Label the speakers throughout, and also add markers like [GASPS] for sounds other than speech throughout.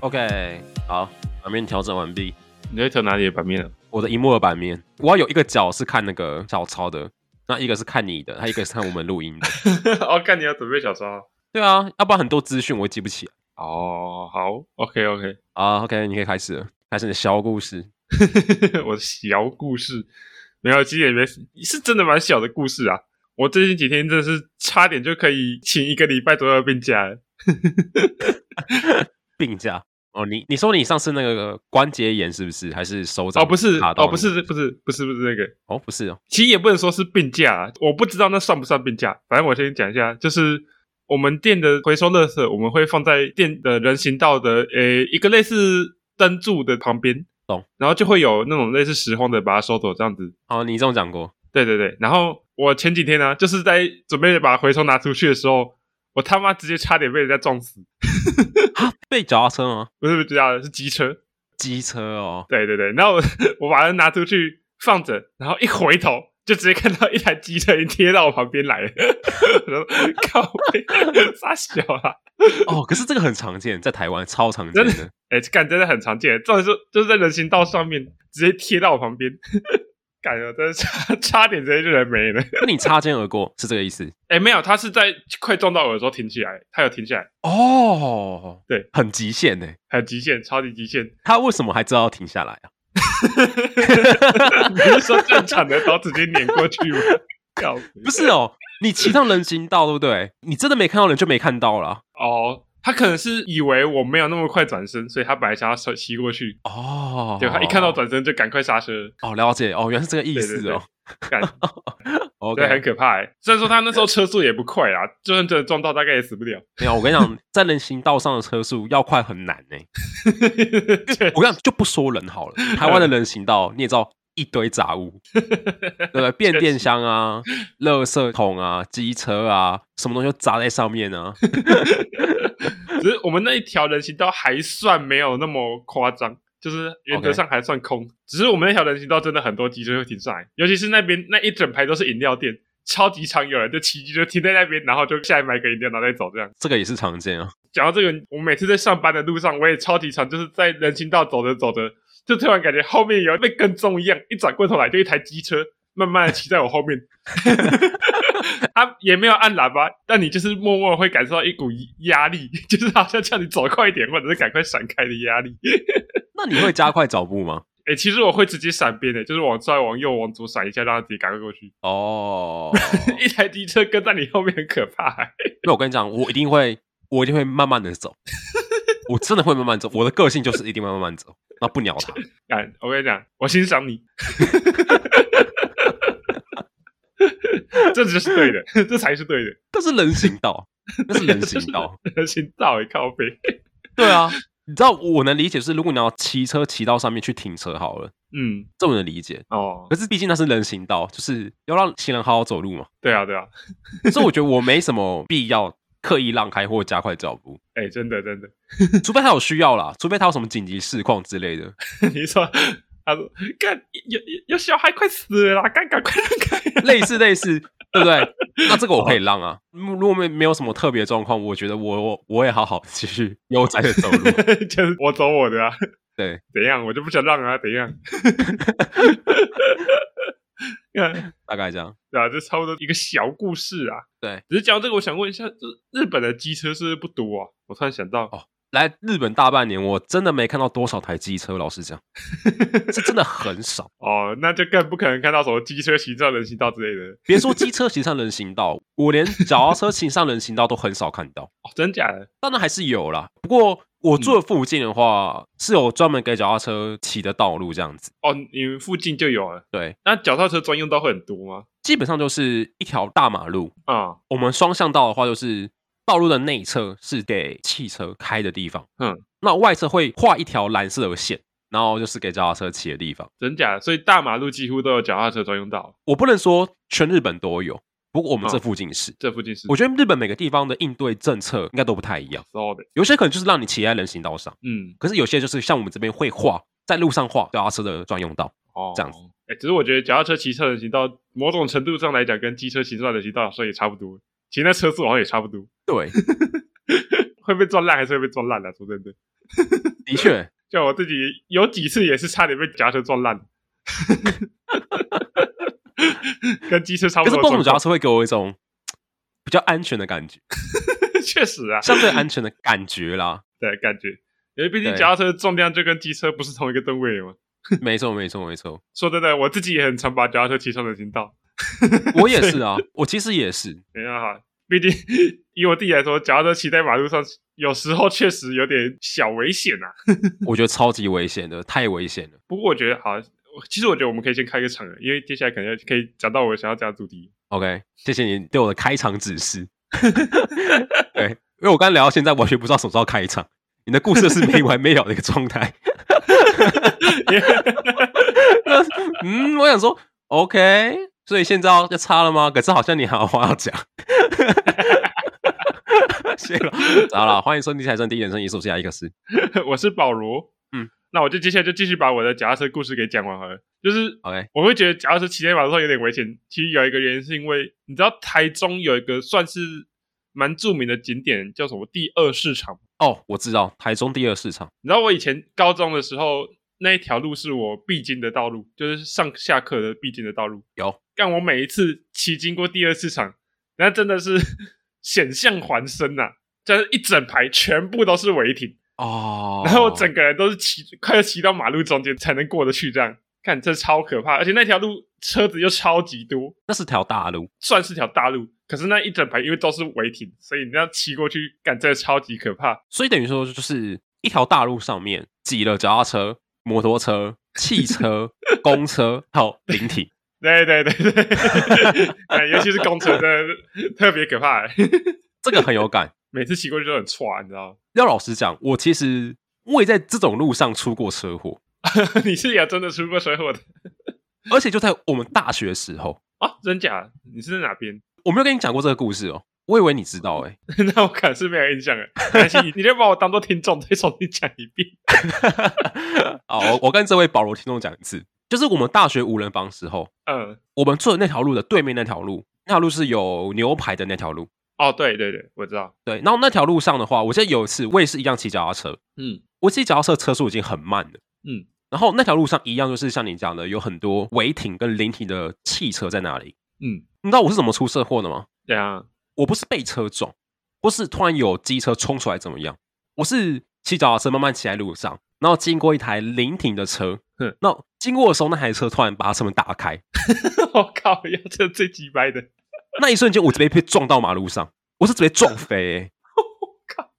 Speaker 1: OK，好，版面调整完毕。
Speaker 2: 你在调哪里的版面啊？
Speaker 1: 我的荧幕的版面，我要有一个角是看那个小抄的，那一个是看你的，他一个是看我们录
Speaker 2: [LAUGHS]
Speaker 1: 音的。
Speaker 2: [LAUGHS] 哦，看你要准备小抄。
Speaker 1: 对啊，要不然很多资讯我会记不起
Speaker 2: 哦，好，OK OK，
Speaker 1: 啊。OK，你可以开始了，开始你的小故事。
Speaker 2: [LAUGHS] 我的小故事没有，其实也没是真的蛮小的故事啊。我最近几天真的是差点就可以请一个礼拜左右的病假 [LAUGHS] 了。
Speaker 1: 病假哦，你你说你上次那个关节炎是不是？还是手掌？
Speaker 2: 哦，不是，
Speaker 1: 卡到
Speaker 2: 哦，不
Speaker 1: 你
Speaker 2: 是，不是，不是，不是那个，
Speaker 1: 哦，不是哦，
Speaker 2: 其实也不能说是病假啊，我不知道那算不算病假。反正我先讲一下，就是我们店的回收垃圾，我们会放在店的人行道的呃一个类似灯柱的旁边，
Speaker 1: 懂？
Speaker 2: 然后就会有那种类似拾荒的把它收走这样子。
Speaker 1: 哦，你这种讲过，
Speaker 2: 对对对，然后我前几天呢、就是在准备把回收拿出去的时候，我他妈直接差点被人家撞死，
Speaker 1: 哈，被脚踏车吗？
Speaker 2: 不是不知道是机车。
Speaker 1: 机车哦，
Speaker 2: 对对对，然后我我把它拿出去放着，然后一回头就直接看到一台机车已经贴到我旁边来了， [LAUGHS] 我说靠背，傻小啊！
Speaker 1: 哦，可是这个很常见，在台湾超常见
Speaker 2: 真的
Speaker 1: 的。
Speaker 2: 哎、这干真的很常见，这种是就是在人行道上面直接贴到我旁边，感觉真的差差点直接就人没了。
Speaker 1: 那你擦肩而过是这个意思？
Speaker 2: 哎、没有，他是在快撞到我的时候停起来，他有停下来，
Speaker 1: 哦，
Speaker 2: 对，
Speaker 1: 很极限呢。
Speaker 2: 很极限，超级极限。 [LAUGHS]
Speaker 1: 他为什么还知道要停下来啊？
Speaker 2: 你是说正常的刀直接碾过去吗？ [LAUGHS] 靠背，
Speaker 1: 不是哦，你骑上人行道，对不对？你真的没看到人就没看到了。
Speaker 2: 哦，他可能是以为我没有那么快转身，所以他本来想要手骑过去，
Speaker 1: 哦，
Speaker 2: 结果他一看到转身就赶快刹车，
Speaker 1: 哦，了解哦，原来是这个意思哦。
Speaker 2: 干，对，很
Speaker 1: [LAUGHS] OK，
Speaker 2: 可怕、欸。虽然说他那时候车速也不快啦，就算真的撞到，大概也死不了。 [LAUGHS]
Speaker 1: 没有，我跟你讲，在人行道上的车速要快很难呢。我跟你讲，就不说人好了，台湾的人行道
Speaker 2: 嗯
Speaker 1: 你也知道。一堆杂
Speaker 2: [LAUGHS]
Speaker 1: 物，对不对？变电箱啊、垃圾桶啊、机车啊，什么东西都砸在上面啊。
Speaker 2: 只是我们那一条人行道还算没有那么夸张，就是原则上还算空。只是我们那条人行道真的很多机车会停上来，尤其是那边那一整排都是饮料店，超级常有人就骑机车停在那边，然后就下来买个饮料，然后再走这样。
Speaker 1: 这个也是常见啊。
Speaker 2: 讲到这个，我每次在上班的路上，我也超级常就是在人行道走着走着，就突然感觉后面有人被跟踪一样，一转过头来就一台机车慢慢的骑在我后 [LAUGHS] 面，他啊也没有按喇叭，但你就是默默地会感受到一股压力，就是好像叫你走快一点，或者是赶快闪开的压 [LAUGHS] 力。
Speaker 1: 那你会加快脚步吗？
Speaker 2: 哎、其实我会直接闪边的，就是往再往右、往左闪一下，让他自己赶快过 [LAUGHS] 去。
Speaker 1: 哦，
Speaker 2: 一台机车跟在你后面很可怕、
Speaker 1: 那我跟你讲，我一定会，我一定会慢慢的走，我真的会慢慢走，我的个性就是一定会慢慢走，那不鸟他。
Speaker 2: 干，我跟你讲，我欣赏你，这只是对的，这才是对的，
Speaker 1: 但是人行道，那是人行道，
Speaker 2: 人行道也靠背。
Speaker 1: 对啊，你知道我能理解是，如果你要骑车骑到上面去停车好了，
Speaker 2: 嗯，
Speaker 1: 这我能理解。
Speaker 2: 哦
Speaker 1: 可，是毕竟那是人行道，就是要让行人好好走路嘛，
Speaker 2: 对啊，对啊，
Speaker 1: 所以我觉得我没什么必要刻意让开或加快脚步，
Speaker 2: 哎，真的真的， [LAUGHS]
Speaker 1: 除非他有需要啦，除非他有什么紧急事况之类的，
Speaker 2: 你说，他说，干，有有有小孩快死了啦，赶赶快让开。 [LAUGHS]
Speaker 1: 类似类似，对不对？那这个我可以让啊。如果没没有什么特别状况，我觉得我我我也好好继续悠哉的走路。
Speaker 2: 就是我走我的啊。
Speaker 1: 对，
Speaker 2: [LAUGHS] 怎样我就不想让啊，
Speaker 1: [LAUGHS]
Speaker 2: 怎样？ [LAUGHS] 看
Speaker 1: 大概这样。
Speaker 2: 对啊，这差不多一个小故事啊。
Speaker 1: 对，
Speaker 2: 只是讲到这个，我想问一下，就是日本的机车是不是不多啊？我突然想
Speaker 1: 哦
Speaker 2: 到，
Speaker 1: 来日本大半年，我真的没看到多少台机车，老实讲，这真的很少。
Speaker 2: 哦，那就更不可能看到什么机车行照、人行道之类的。
Speaker 1: 别说机车行上人行道，我连脚踏车行上人行道都很少看到。
Speaker 2: 哦，真假的？
Speaker 1: 当然还是有啦，不过我住的附近的话，是有专门给脚踏车骑的道路这样子。
Speaker 2: 哦，你们附近就有了。
Speaker 1: 对，
Speaker 2: 那脚踏车专用道会很多吗？
Speaker 1: 基本上就是一条大马路，
Speaker 2: 啊、
Speaker 1: 我们双向道的话，就是道路的内侧是给汽车开的地方，
Speaker 2: 嗯，
Speaker 1: 那外侧会画一条蓝色的线，然后就是给脚踏车骑的地方。
Speaker 2: 真假的？所以大马路几乎都有脚踏车专用道，
Speaker 1: 我不能说全日本都有，不过我们
Speaker 2: 嗯
Speaker 1: 这附近是。
Speaker 2: 这附近是
Speaker 1: 我觉得日本每个地方的应对政策应该都不太一样，
Speaker 2: 骚的。
Speaker 1: 有些可能就是让你骑在人行道上，
Speaker 2: 嗯，
Speaker 1: 可是有些就是像我们这边会画在路上画脚踏车的专用道。
Speaker 2: 哦，
Speaker 1: 这样子。
Speaker 2: 哎、只是我觉得脚踏车骑上人行道，某种程度上来讲，跟机车骑上人行道好像也差不多。其实那车速好像也差不多， [LAUGHS]
Speaker 1: 对，
Speaker 2: 会被撞烂还是会被撞烂的、说真的，
Speaker 1: 的
Speaker 2: [LAUGHS]
Speaker 1: 确，
Speaker 2: 就我自己有几次也是差点被脚踏车撞
Speaker 1: [LAUGHS]
Speaker 2: 烂，跟机车差
Speaker 1: 可
Speaker 2: 不
Speaker 1: 是
Speaker 2: 多。
Speaker 1: 蹦脚踏，车会给我一种比较安全的感觉，
Speaker 2: 确实啊，
Speaker 1: 相对安全的感觉啦。
Speaker 2: [LAUGHS] 对，感觉，因为毕竟
Speaker 1: 对
Speaker 2: 脚踏车的重量就跟机车不是同一个吨位嘛。
Speaker 1: 没错，没错，没错，
Speaker 2: 说真的，我自己也很常把脚踏车骑上人行道， [LAUGHS]
Speaker 1: 我也是啊，我其实也是，
Speaker 2: 没办法，毕竟 [LAUGHS] 以我弟来说，脚踏车骑在马路上有时候确实有点小危险啊。
Speaker 1: 我觉得超级危险的，太危险了。
Speaker 2: 不过我觉得好，其实我觉得我们可以先开个场了，因为接下来可能要可以讲到我想要讲的主题。 [LAUGHS]
Speaker 1: OK，谢谢你对我的开场指示。对，因为我刚聊到现在，完全不知道什么时候开场。你的故事是没完没了的一个状态。 [LAUGHS] 嗯，我想说，OK，所以现在要要插了吗？可是好像你还有话要讲。 [LAUGHS] 谢了，好了，欢迎收听《财神第一人生》，也是我是亚一克斯。
Speaker 2: [LAUGHS] 我是保罗，
Speaker 1: 嗯，
Speaker 2: 那我就接下来就继续把我的脚踏车故事给讲完好了。就是
Speaker 1: OK，
Speaker 2: 我会觉得脚踏车骑在马路上有点危险，其实有一个原因是因为你知道台中有一个算是蛮著名的景点叫什么第二市场，
Speaker 1: 哦，我知道台中第二市场。
Speaker 2: 你知道我以前高中的时候那一条路是我必经的道路，就是上下课的必经的道路。
Speaker 1: 有，
Speaker 2: 但我每一次骑经过第二市场，那真的是 [LAUGHS] 险象环生呐、啊就是一整排全部都是违停。
Speaker 1: 哦，
Speaker 2: 然后整个人都是骑，快要骑到马路中间才能过得去，这样看这超可怕，而且那条路车子又超级多，
Speaker 1: 那是条大路，
Speaker 2: 算是条大路，可是那一整排因为都是违停，所以你要骑过去，干真的超级可怕。
Speaker 1: 所以等于说就是一条大路上面挤了脚踏车、摩托车、汽车、公车，还有灵体。
Speaker 2: 对对对 [LAUGHS] 对，哎尤其是公车真的特别可怕、欸
Speaker 1: 这个很有感。
Speaker 2: 每次骑过去都很歘，你知道吗？ [LAUGHS]
Speaker 1: 要老实讲，我其实我也在这种路上出过车祸，
Speaker 2: 你是也真的出过车祸的
Speaker 1: 而且就在我们大学时候，
Speaker 2: 啊？真假？你是在哪边？ [LAUGHS]
Speaker 1: 我没有跟你讲过这个故事哦，我以为你知道哎、
Speaker 2: 那我可能是没有印象了，没关系，你你就把我当做听众，再重新讲一遍。
Speaker 1: 好，我我跟这位保罗听众讲一次，就是我们大学无人房时候，
Speaker 2: 嗯，
Speaker 1: 我们住的那条路的对面那条路，那条路是有牛排的那条路。
Speaker 2: 哦，对对对，我知道。
Speaker 1: 对，然后那条路上的话，我记得有一次我也是一样骑脚踏车，
Speaker 2: 嗯
Speaker 1: 我自己脚踏车车速已经很慢了，
Speaker 2: 嗯，
Speaker 1: 然后那条路上一样就是像你讲的，有很多违停跟临停的汽车在那里。
Speaker 2: 嗯，
Speaker 1: 你知道我是怎么出车祸的吗？
Speaker 2: 对啊，
Speaker 1: 我不是被车撞，不是突然有机车冲出来怎么样，我是骑脚踏车慢慢骑在路上，然后经过一台临停的车
Speaker 2: 哼，
Speaker 1: 那经过的时候，那台车突然把车门打开，
Speaker 2: [LAUGHS] 我靠，要这最鸡掰的， [LAUGHS]
Speaker 1: 那一瞬间我直接被撞到马路上，我是直接撞飞、欸。
Speaker 2: [LAUGHS] 我靠，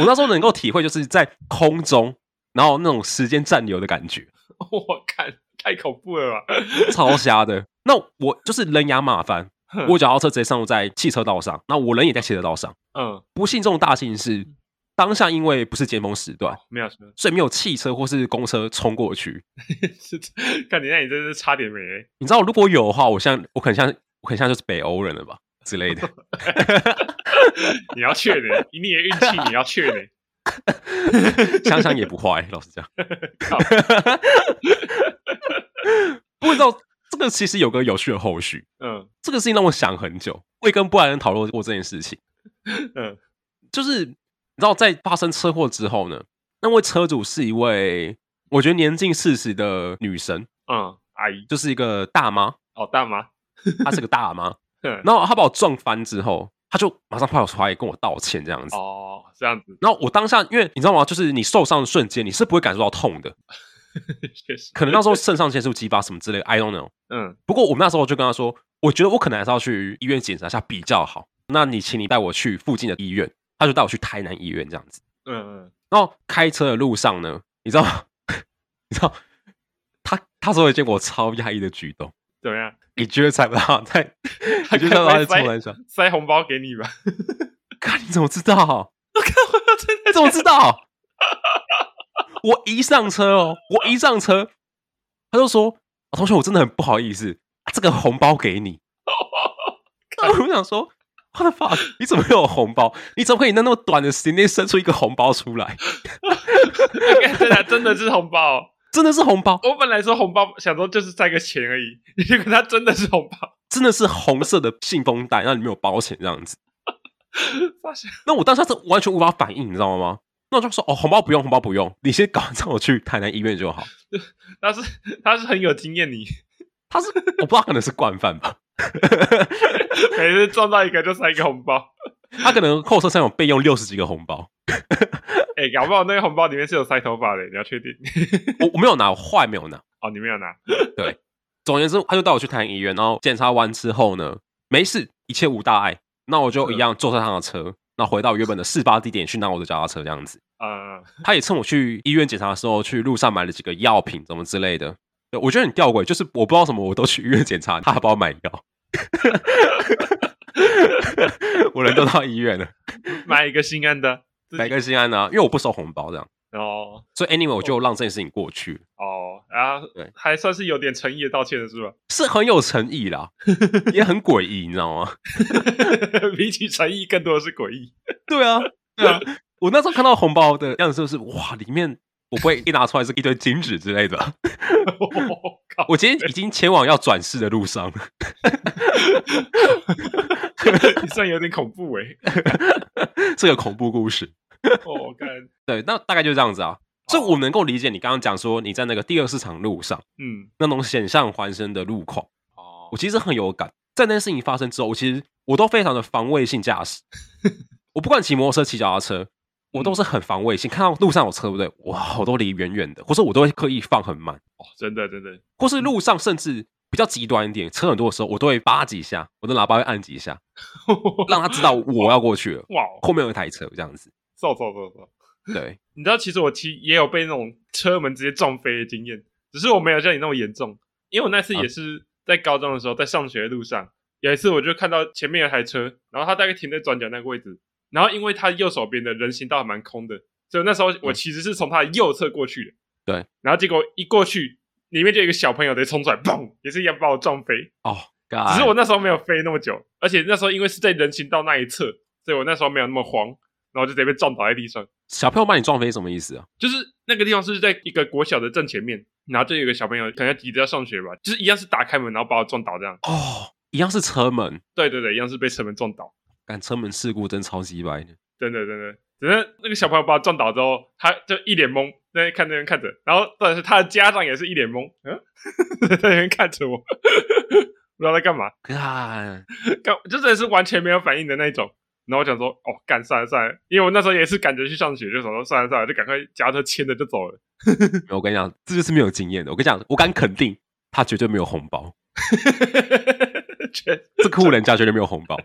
Speaker 1: 我那时候能够体会就是在空中，然后那种时间暂留的感觉。
Speaker 2: 我看太恐怖了吧？
Speaker 1: 超瞎的。那我就是人仰马翻，我脚踏车直接上路在汽车道上，那我人也在汽车道上。
Speaker 2: 嗯，
Speaker 1: 不幸中的大幸是，当下因为不是尖峰时段，
Speaker 2: 没有什
Speaker 1: [LAUGHS]
Speaker 2: 么，
Speaker 1: 所以没有汽车或是公车冲过去。
Speaker 2: 是看你那你真是差点没、
Speaker 1: 你知道，如果有的话，我像我很像我很像就是北欧人了吧之类的。
Speaker 2: 你要确认，以你的运气，你要确认。 [LAUGHS]
Speaker 1: 想想也不坏，老实讲
Speaker 2: 靠。
Speaker 1: 不知道这个其实有个有趣的后续，
Speaker 2: 嗯
Speaker 1: 这个事情让我想很久，我也跟布莱恩讨论过这件事情。
Speaker 2: 嗯
Speaker 1: 就是你知道，在发生车祸之后呢，那位车主是一位我觉得年近四十的女生，
Speaker 2: 嗯，阿姨，
Speaker 1: 就是一个大妈，
Speaker 2: 哦，大妈，
Speaker 1: 她是个大妈。
Speaker 2: 哼
Speaker 1: 然后她把我撞翻之后，她就马上跑出来跟我道歉这样子。
Speaker 2: 哦，这样子，
Speaker 1: 然后我当下，因为你知道吗？就是你受伤的瞬间，你是不会感受到痛的，
Speaker 2: 确实，
Speaker 1: 可能那时候肾上腺素激发什么之类的，I don't know。
Speaker 2: 嗯
Speaker 1: 不过我们那时候就跟她说，我觉得我可能还是要去医院检查一下比较好。那你请你带我去附近的医院，她就带我去台南医院这样子。
Speaker 2: 嗯嗯，
Speaker 1: 然后开车的路上呢，你知道吗， [LAUGHS] 你知道，他他做了一件我超压抑的举动，
Speaker 2: 怎么样？
Speaker 1: 你绝对猜不到，他，
Speaker 2: 他
Speaker 1: 你绝对猜不到他在
Speaker 2: 该塞
Speaker 1: 冲南想，
Speaker 2: 塞红包给你
Speaker 1: [LAUGHS]
Speaker 2: 吧。
Speaker 1: 看你怎么知道？
Speaker 2: 我靠，我要真
Speaker 1: 你
Speaker 2: 的
Speaker 1: 怎
Speaker 2: [LAUGHS]
Speaker 1: 么知道？ [LAUGHS] 我一上车哦，我一上车，他就说：“啊同学，我真的很不好意思，啊这个红包给你。”那我想说，what the fuck？你怎么会有红包？你怎么可以在那么短的时间内生出一个红包出来？
Speaker 2: 真的真的是红包哦、
Speaker 1: 真的是红包，
Speaker 2: 我本来说红包想说就是塞个钱而已，结果他真的是红包。
Speaker 1: 真的是红色的信封袋，那里面有包钱这样子。
Speaker 2: 发现
Speaker 1: 那我当下是完全无法反应，你知道吗？那我就说哦，红包不用，红包不用，你先赶上我去台南医院就好。
Speaker 2: 他是他是很有经验，你 [LAUGHS]
Speaker 1: 他是 [LAUGHS] 我不知道，可能是惯犯吧，
Speaker 2: 每次撞到一个就塞一个红包。
Speaker 1: 他可能后车厢有备用六十几个红包。
Speaker 2: 哎、搞不好那个红包里面是有塞头发的，你要确定。
Speaker 1: 我我没有拿，我后来没有拿。
Speaker 2: 哦，你没有拿，
Speaker 1: 总而言之，他就带我去台南医院，然后检查完之后呢，没事，一切无大碍。那我就一样坐上他的车，那回到原本的事发地点去拿我的脚踏车，这样子。
Speaker 2: 呃，
Speaker 1: 他也趁我去医院检查的时候，去路上买了几个药品，怎么之类的。对我觉得很吊诡，就是我不知道什么，我都去医院检查，他还帮我买药。 [LAUGHS] 我人都到医院了，
Speaker 2: 买一个心安的，自己
Speaker 1: 买个心安啊，因为我不收红包这样，
Speaker 2: 然后
Speaker 1: 所以 anyway 我就让这件事情过去，
Speaker 2: 哦，然后
Speaker 1: 对
Speaker 2: 还算是有点诚意的道歉了，是吧？ [LAUGHS]
Speaker 1: 是很有诚意啦，也很诡异，你知道吗？ [LAUGHS]
Speaker 2: 比起诚意，更多的是诡异。 [LAUGHS]
Speaker 1: 对啊，对啊， [LAUGHS] 我那时候看到红包的样子，就是哇，里面我不会一拿出来是一堆金纸之类的。 [LAUGHS]
Speaker 2: 我靠！
Speaker 1: 我今天已经前往要转世的路上了，
Speaker 2: 你算有点恐怖哎、
Speaker 1: 这个恐怖故事。
Speaker 2: 我看，
Speaker 1: 对，那大概就这样子啊。
Speaker 2: 哦
Speaker 1: 所以我能够理解你刚刚讲说你在那个第二市场路上
Speaker 2: 嗯，
Speaker 1: 那种险象环生的路况，
Speaker 2: 哦
Speaker 1: 我，其实很有感。在那件事情发生之后，我其实我都非常的防卫性驾
Speaker 2: [LAUGHS]
Speaker 1: 驶。我不管骑摩托车、骑脚踏车，我
Speaker 2: 嗯
Speaker 1: 都是很防卫性。看到路上有车，对不对？哇，我都离远远的，或者我都会刻意放很慢。
Speaker 2: 哦真的真的， [LAUGHS]
Speaker 1: 或是路上甚至比较极端一点，车很多的时候，我都会叭几下，我的喇叭会按几下，让他知道我要过去了，
Speaker 2: 哇，哦
Speaker 1: 后面有一台车这样子。
Speaker 2: 走走走走。
Speaker 1: 对，
Speaker 2: 你知道，其实我其也有被那种车门直接撞飞的经验，只是我没有像你那么严重。因为我那次
Speaker 1: 啊
Speaker 2: 也是在高中的时候，在上学的路上，有一次我就看到前面有台车，然后它大概停在转角那个位置，然后因为它右手边的人行道还蛮空的，所以那时候我其实是从它的右侧过去的。
Speaker 1: 嗯对，
Speaker 2: 然后结果一过去，里面就有一个小朋友直接冲出来，砰，也是一样把我撞飞。
Speaker 1: 哦，
Speaker 2: 只
Speaker 1: 只
Speaker 2: 是我那时候没有飞那么久，而且那时候因为是在人行道那一侧，所以我那时候没有那么慌，然后就直接被撞倒在地上。
Speaker 1: 小朋友把你撞飞什么意思啊？
Speaker 2: 就是那个地方是在一个国小的正前面，然后就有一个小朋友可能要急着要上学吧，就是一样是打开门，然后把我撞倒这样。
Speaker 1: 哦，一样是车门，
Speaker 2: 对对对，一样是被车门撞倒，
Speaker 1: 但车门事故真超级白的。
Speaker 2: 真的真的。只是那个小朋友把我撞倒之后，他就一脸懵，在那边看那边看着，然后但是他的家长也是一脸懵，嗯， [LAUGHS] 在那边看着我，不知道在干嘛，
Speaker 1: 看，
Speaker 2: 干就真的是完全没有反应的那一种。然后我想说，哦，干算了算了，因为我那时候也是赶着去上学，就想说算了算了，就赶快夹着牵着就走了。 [LAUGHS]
Speaker 1: 我跟你讲，这就是没有经验的。我跟你讲，我敢肯定，他绝对没有红包。
Speaker 2: 全
Speaker 1: 这个户人家绝对没有红包，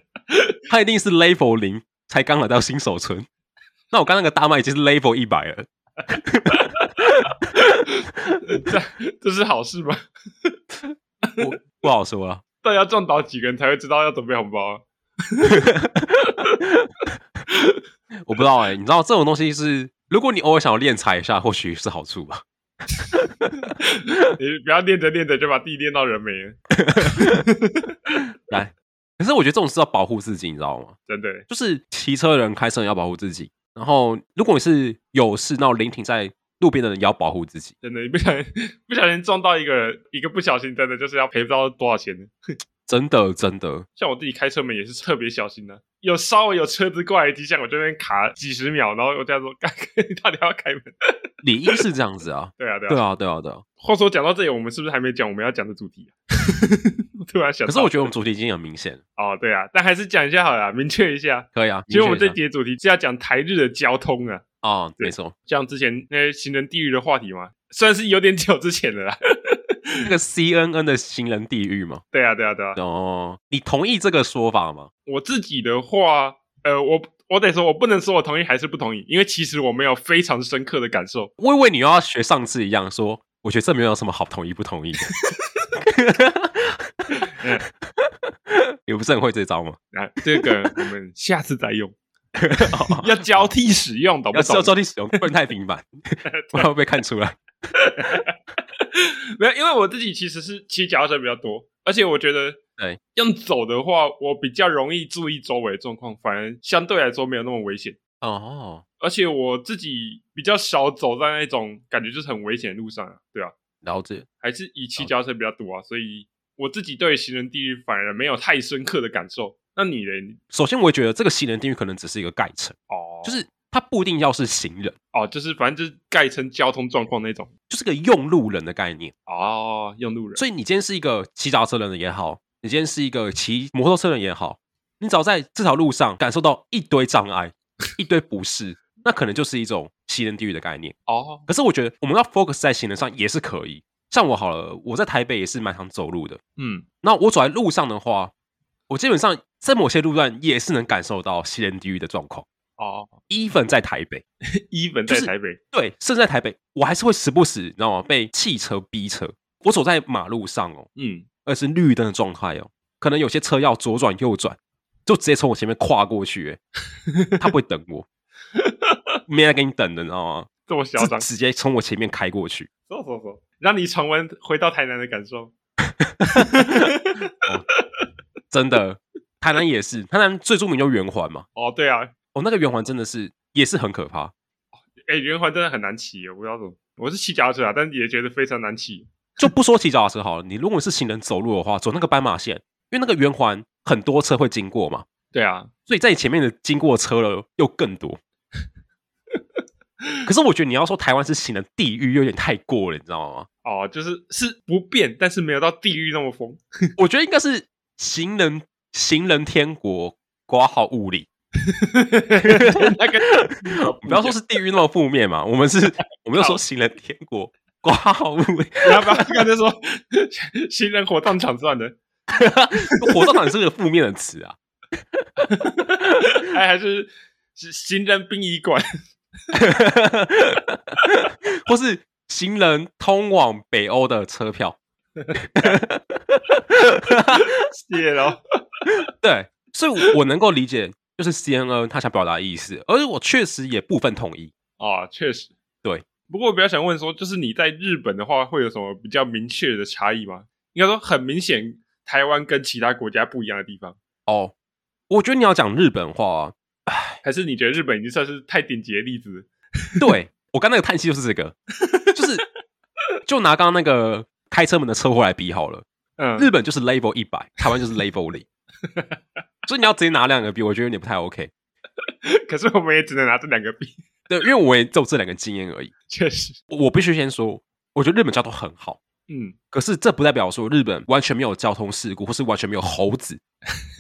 Speaker 1: 他一定是 level 零才刚来到新手村。那我刚那个大麦已经是 level 一百了，
Speaker 2: 这 [LAUGHS] 这是好事吗？ [LAUGHS]
Speaker 1: 我不好说啊了。
Speaker 2: 大家撞倒几个人才会知道要准备红包啊？ [LAUGHS]
Speaker 1: 我不知道哎、你知道这种东西是，如果你偶尔想要练踩一下，或许是好处吧。
Speaker 2: 你不要练着练着就把地练到人没了，
Speaker 1: 来，可是我觉得这种是要保护自己，你知道吗？
Speaker 2: 真的。
Speaker 1: 就是骑车的人、开车人要保护自己，然后如果你是有事，那临停在路边的人也要保护自己，
Speaker 2: 真的，你不小心不小心撞到一个人，一个不小心，真的就是要赔不到多少钱的。
Speaker 1: 真的真的。
Speaker 2: 像我自己开车门也是特别小心的、有稍微有车子过来的迹象，我这边卡几十秒，然后我这样说：“干， [LAUGHS] 你到底要开门，
Speaker 1: 理应是这样子啊？”
Speaker 2: 对啊， [LAUGHS] 对啊。
Speaker 1: 对啊，对啊，对啊。
Speaker 2: 话说讲到这里，我们是不是还没讲我们要讲的主题、啊？ [LAUGHS] 我突然想
Speaker 1: 可
Speaker 2: 到，
Speaker 1: 是我觉得我们主题已经很明显了，
Speaker 2: 哦，对啊，但还是讲一下好了啊，明确一下。
Speaker 1: 可以啊。
Speaker 2: 其实我
Speaker 1: 明
Speaker 2: 们
Speaker 1: 确
Speaker 2: 这
Speaker 1: 一下
Speaker 2: 节主题是要讲台日的交通啊。
Speaker 1: 哦，
Speaker 2: 对
Speaker 1: 没错，
Speaker 2: 像之前那些行人地狱的话题嘛，虽然是有点久之前的啦。 [LAUGHS]
Speaker 1: 那个 CNN 的行人地狱嘛。
Speaker 2: 对啊，对啊，对啊。
Speaker 1: 哦，你同意这个说法吗？
Speaker 2: 我自己的话，呃，我我得说，我不能说我同意还是不同意，因为其实我没有非常深刻的感受。
Speaker 1: 我以为你又要学上次一样说，我觉得这没有什么好同意不同意 [LAUGHS] 的。你不是很会这
Speaker 2: [LAUGHS]
Speaker 1: 招吗？
Speaker 2: 啊，这
Speaker 1: [LAUGHS]
Speaker 2: 个我们下次再用，要交替使用，懂
Speaker 1: 要
Speaker 2: 不
Speaker 1: 是要
Speaker 2: 懂？
Speaker 1: 照你使用，不能太频
Speaker 2: [LAUGHS]
Speaker 1: 繁，不然会被看出来。
Speaker 2: 没有，因为我自己其实是骑脚踏车比较多，而且我觉得，
Speaker 1: 对，
Speaker 2: 用走的话，我比较容易注意周围的状况，反而相对来说没有那么危险。
Speaker 1: 哦，
Speaker 2: 而且我自己比较少走在那种感觉就是很危险的路上啊，对啊，
Speaker 1: 了解。
Speaker 2: 还是以骑脚踏车比较多啊，所以我自己对行人地狱反而没有太深刻的感受。那你嘞？你
Speaker 1: 首先，我也觉得这个行人地狱可能只是一个概称，
Speaker 2: 哦，
Speaker 1: 就是它不一定要是行人，
Speaker 2: 哦，就是反正就是盖成交通状况那种
Speaker 1: 就是个用路人的概念。
Speaker 2: 哦，用路人
Speaker 1: 所以你今天是一个骑脚踏车的人也好，你今天是一个骑摩托车的人也好，你只要在这条路上感受到一堆障碍、 [LAUGHS] 一堆不适，那可能就是一种行人地狱的概念。
Speaker 2: 哦，
Speaker 1: 可是我觉得我们要 focus 在行人上也是可以。像我好了，我在台北也是蛮常走路的。
Speaker 2: 嗯，
Speaker 1: 那我走在路上的话，我基本上在某些路段也是能感受到行人地狱的状况。
Speaker 2: 哦
Speaker 1: even 在台北，
Speaker 2: ，even
Speaker 1: 就
Speaker 2: 在
Speaker 1: 是
Speaker 2: 台北，
Speaker 1: 对，甚至在台北，我还是会时不时，你知道吗？被汽车逼车。我走在马路上哦，
Speaker 2: 嗯，
Speaker 1: 而是绿灯的状态哦，可能有些车要左转右转，就直接从我前面跨过去，
Speaker 2: [LAUGHS]
Speaker 1: 欸他不会等我，没来给你等的，你知道吗？
Speaker 2: 这么 [LAUGHS] 嚣张
Speaker 1: 就，直接从我前面开过去。
Speaker 2: 走走走， [LAUGHS] 让你重温回到台南的感受。
Speaker 1: 真的，台南也是，台南最著名就圆环嘛。
Speaker 2: 哦，对啊，
Speaker 1: 哦，那个圆环真的是也是很可怕，
Speaker 2: 哎、圆环真的很难骑耶，我不知道怎么。我是骑脚踏车啊，但也觉得非常难骑。
Speaker 1: 就不说骑脚踏车好了，你如果是行人走路的话，走那个斑马线，因为那个圆环很多车会经过嘛，
Speaker 2: 对啊，
Speaker 1: 所以在你前面的经过的车了又更多。可是我觉得你要说台湾是行人地狱，有点太过了，你知道吗？
Speaker 2: 哦，就是是不变，但是没有到地狱那么疯。 [LAUGHS]
Speaker 1: 我觉得应该是行人行人天国，挂号物理。
Speaker 2: 那 [LAUGHS] 个
Speaker 1: 不要说是地狱那么负面嘛，我们是，我们就说行人天国，挂号物理。
Speaker 2: 不要不要刚才说新人火葬场算的，
Speaker 1: 火葬场是个负面的词啊， [LAUGHS]
Speaker 2: 哎还还是是行人殡仪馆
Speaker 1: 或是行人通往北欧的车票。
Speaker 2: 谢喽。
Speaker 1: 对，所以我我能够理解，就是 C N N 他想表达的意思，而且我确实也部分同意。
Speaker 2: 哦，确实，
Speaker 1: 对。
Speaker 2: 不过我比较想问说，就是你在日本的话，会有什么比较明确的差异吗？应该说很明显，台湾跟其他国家不一样的地方，
Speaker 1: 哦，我觉得你要讲日本话、啊
Speaker 2: 还是你觉得日本已经算是太顶级的例子了？
Speaker 1: 对我刚那个叹息就是这个，就是就拿刚刚那个开车门的车祸来比好了，
Speaker 2: 嗯，
Speaker 1: 日本就是 level 一百，台湾就是 level
Speaker 2: [LAUGHS]
Speaker 1: 零，所以你要直接拿两个比，我觉得有点不太 OK。
Speaker 2: 可是我们也只能拿这两个比，
Speaker 1: 对，因为我也只有这两个经验而已。
Speaker 2: 确实，
Speaker 1: 我必须先说，我觉得日本交通很好，
Speaker 2: 嗯，
Speaker 1: 可是这不代表说日本完全没有交通事故，或是完全没有猴
Speaker 2: [LAUGHS]
Speaker 1: 子，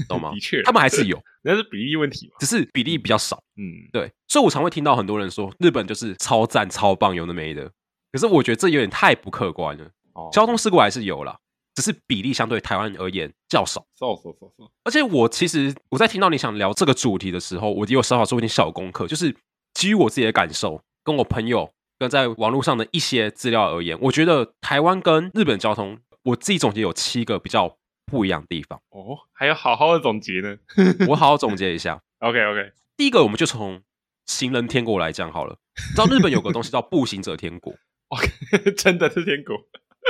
Speaker 1: 懂吗
Speaker 2: 的？确，
Speaker 1: 他们还是有，
Speaker 2: 那是比例问题嘛，
Speaker 1: 只是比例比较少。
Speaker 2: 嗯，
Speaker 1: 对，所以我常会听到很多人说日本就是超赞、超棒，有的没的。可是我觉得这有点太不客观了，
Speaker 2: 哦，
Speaker 1: 交通事故还是有啦，只是比例相对台湾而言较少。
Speaker 2: 搜搜搜搜，。
Speaker 1: 而且我其实我在听到你想聊这个主题的时候，我也有稍稍做一点小功课，就是基于我自己的感受，跟我朋友跟在网络上的一些资料而言，我觉得台湾跟日本交通，我自己总结有七个比较不一样的地方
Speaker 2: 哦，还有好好的总结呢。
Speaker 1: 我好好总结一下，
Speaker 2: OK OK，
Speaker 1: 第一个我们就从行人天国来讲好了。你知道日本有个东西叫步行者天国，
Speaker 2: [LAUGHS] 真的是天狗，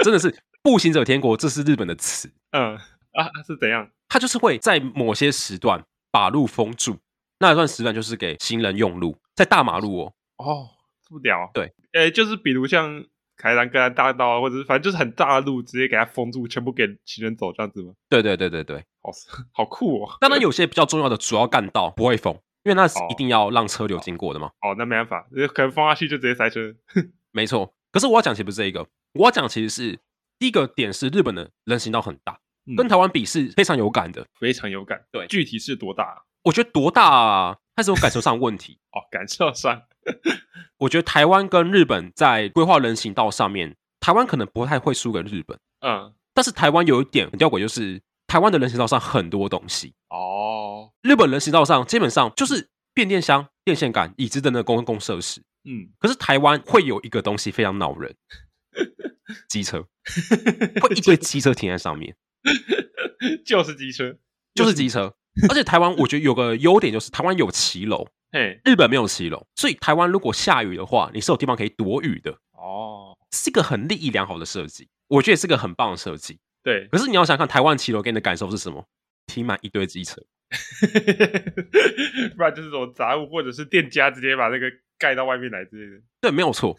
Speaker 1: 真的是步行者天国，这是日本的词，
Speaker 2: 嗯啊是怎样？
Speaker 1: 它就是会在某些时段把路封住，那一段时段就是给行人用路，在大马路哦，
Speaker 2: 哦，这么屌、
Speaker 1: 对，
Speaker 2: 呃，就是比如像凯兰格兰大道啊，或者是反正就是很大的路，直接给它封住，全部给行人走这样子吗？
Speaker 1: 对对对对对，
Speaker 2: 好，好酷哦！
Speaker 1: 当然有些比较重要的主要干道不会封，因为那是
Speaker 2: 哦
Speaker 1: 一定要让车流经过的嘛。
Speaker 2: 哦，那没办法，可能封下去就直接塞车。
Speaker 1: 没错，可是我要讲其实不是这一个，我要讲其实是第一个点是日本的人行道很大，
Speaker 2: 嗯
Speaker 1: 跟台湾比是非常有感的。
Speaker 2: 非常有感，
Speaker 1: 对
Speaker 2: 具体是多大啊、
Speaker 1: 我觉得多大、啊，它是有感受上的问题。
Speaker 2: 哦，感受上，
Speaker 1: 我觉得台湾跟日本在规划人行道上面，台湾可能不太会输给日本，
Speaker 2: 嗯，
Speaker 1: 但是台湾有一点很吊诡，就是台湾的人行道上很多东西，
Speaker 2: 哦，
Speaker 1: 日本人行道上基本上就是变电箱、电线杆、椅子等等的公共设施。
Speaker 2: 嗯，
Speaker 1: 可是台湾会有一个东西非常恼人，机车会一堆机车停在上面，
Speaker 2: [LAUGHS] 就是机车，
Speaker 1: 就是机车。而且台湾我觉得有个优点就是台湾有骑楼，
Speaker 2: 嘿，
Speaker 1: 日本没有骑楼，所以台湾如果下雨的话，你是有地方可以躲雨的，
Speaker 2: 哦，
Speaker 1: 是一个很利益良好的设计，我觉得是个很棒的设计。 [LAUGHS]
Speaker 2: 对，
Speaker 1: 可是你要想看台湾骑楼给你的感受是什么？停满一堆机车，
Speaker 2: 不然就是这种杂物或者是店家直接把那个盖到外面来之类的。
Speaker 1: 对，没有
Speaker 2: [LAUGHS]
Speaker 1: 错，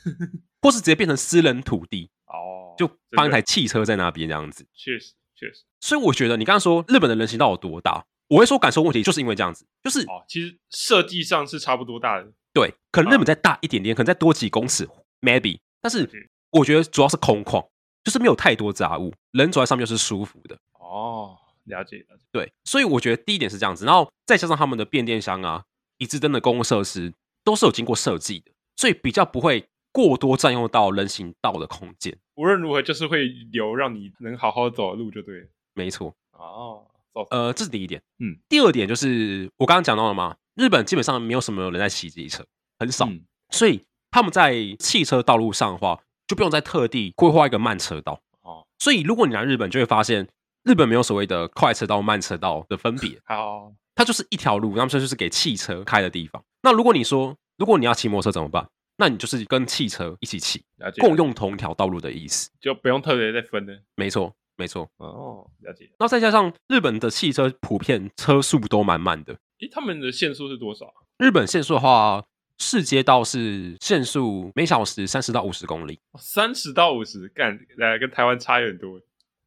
Speaker 1: 或是直接变成私人土地，
Speaker 2: 哦，
Speaker 1: 就
Speaker 2: 真
Speaker 1: 放一
Speaker 2: 的
Speaker 1: 台汽车在那边这样子。
Speaker 2: 确实确实，
Speaker 1: 所以我觉得你刚刚说日本的人
Speaker 2: 哦
Speaker 1: 行道有多大，我会说感受问题，就是因为这样子，就是
Speaker 2: 哦，其实设计上是差不多大的。
Speaker 1: 对，可能日本再大一点点，可能再多几公尺，maybe。但
Speaker 2: 嗯
Speaker 1: 是我觉得主要是空旷，就是没有太多杂物，人走在上面就是舒服的。
Speaker 2: 哦，了解了解。
Speaker 1: 对，所以我觉得第一点是这样子，然后再加上他们的变电箱啊、一致灯的公共设施都是有经过设计的，所以比较不会过多占用到人行道的空间。
Speaker 2: 无论如何，就是会留让你能好好走的路，就对了。
Speaker 1: 没错，
Speaker 2: 哦，走，
Speaker 1: 呃，这是第一点。
Speaker 2: 嗯，
Speaker 1: 第二点就是我刚刚讲到了嘛，日本基本上没有什么人在骑机车，很少，
Speaker 2: 嗯
Speaker 1: 所以他们在汽车道路上的话，就不用再特地规划一个慢车道。
Speaker 2: 哦，
Speaker 1: 所以如果你来日本，就会发现日本没有所谓的快车道、慢车道的分别，
Speaker 2: 好，
Speaker 1: 它就是一条路，那么这就是给汽车开的地方。那如果你说，如果你要骑摩托车怎么办？那你就是跟汽车一起骑，
Speaker 2: 了解，
Speaker 1: 共用同一条道路的意思。
Speaker 2: 就不用特别再分了。
Speaker 1: 没错，没错。
Speaker 2: 哦，了解。
Speaker 1: 那再加上日本的汽车普遍车速都蛮慢的，
Speaker 2: 诶，他们的限速是多少啊？
Speaker 1: 日本限速的话，市街道是限速每小时三十到五十公里，
Speaker 2: 哦三十到五十，干，来跟台湾差很多。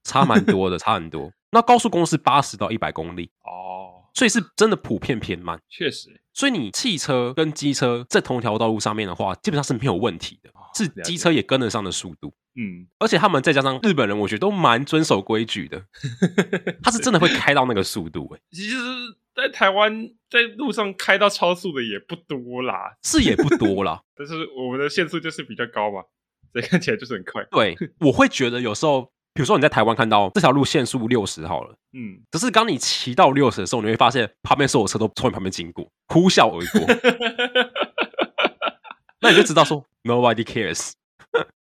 Speaker 1: 差蛮多
Speaker 2: [LAUGHS]
Speaker 1: 的，差很多。那高速公路是八十到一百公里，
Speaker 2: 哦，
Speaker 1: 所以是真的普遍偏慢。
Speaker 2: 确实，
Speaker 1: 所以你汽车跟机车在同条道路上面的话，基本上是没有问题的
Speaker 2: 哦，
Speaker 1: 是
Speaker 2: 了
Speaker 1: 机
Speaker 2: 解
Speaker 1: 车也跟得上的速度。
Speaker 2: 嗯， [LAUGHS]
Speaker 1: 而且他们再加上日本人，我觉得都蛮遵守规矩的，他是真的会开到那个速度、欸，
Speaker 2: 其实，在台湾在路上开到超速的也不多啦，
Speaker 1: 是也不多啦。
Speaker 2: 但是我们的限速就是比较高嘛，所以看起来就是很快。
Speaker 1: 对，我会觉得有时候，比如说你在台湾看到这条路限速六十好了，
Speaker 2: 嗯，
Speaker 1: 可是当你骑到六十的时候，你会发现旁边所有车都从你旁边经过，呼啸而过，那你就知道说 nobody cares。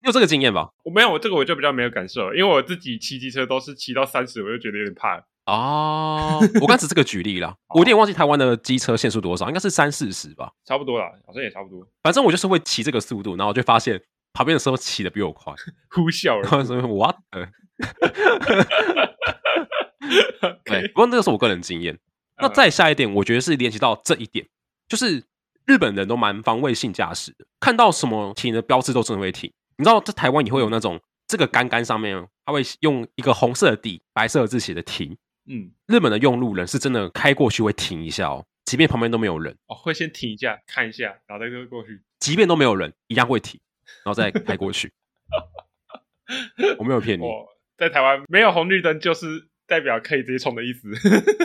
Speaker 1: 你 [LAUGHS] 有这个经验吧？
Speaker 2: 我没有，我这个我就比较没有感受，因为我自己骑机车都是骑到三十，我就觉得有点怕了。
Speaker 1: 哦，我刚只是这个举例啦，我有点忘记台湾的机车限速多少，应该是三四十吧。
Speaker 2: 差不多啦，好像也差不多。
Speaker 1: 反正我就是会骑这个速度，然后我就发现旁边的车骑的比我快，
Speaker 2: 呼啸
Speaker 1: 然
Speaker 2: 了。
Speaker 1: 后
Speaker 2: [LAUGHS]
Speaker 1: 说 what？the？对，
Speaker 2: OK，
Speaker 1: 不过那个是我个人经验。那
Speaker 2: 嗯
Speaker 1: 再下一点，我觉得是联系到这一点，就是日本人都蛮防卫性驾驶的，看到什么停的标志都真的会停。你知道，在台湾你会有那种这个杆杆上面，他会用一个红色的底、白色的字写的停。
Speaker 2: 嗯，
Speaker 1: 日本的用路人是真的开过去会停一下哦，即便旁边都没有人，
Speaker 2: 哦，会先停一下，看一下，然后再就过去。
Speaker 1: 即便都没有人，一样会停，然后再开过
Speaker 2: [LAUGHS]
Speaker 1: 去。我没有骗你，
Speaker 2: 我在台湾没有红绿灯，就是代表可以直接冲的意思。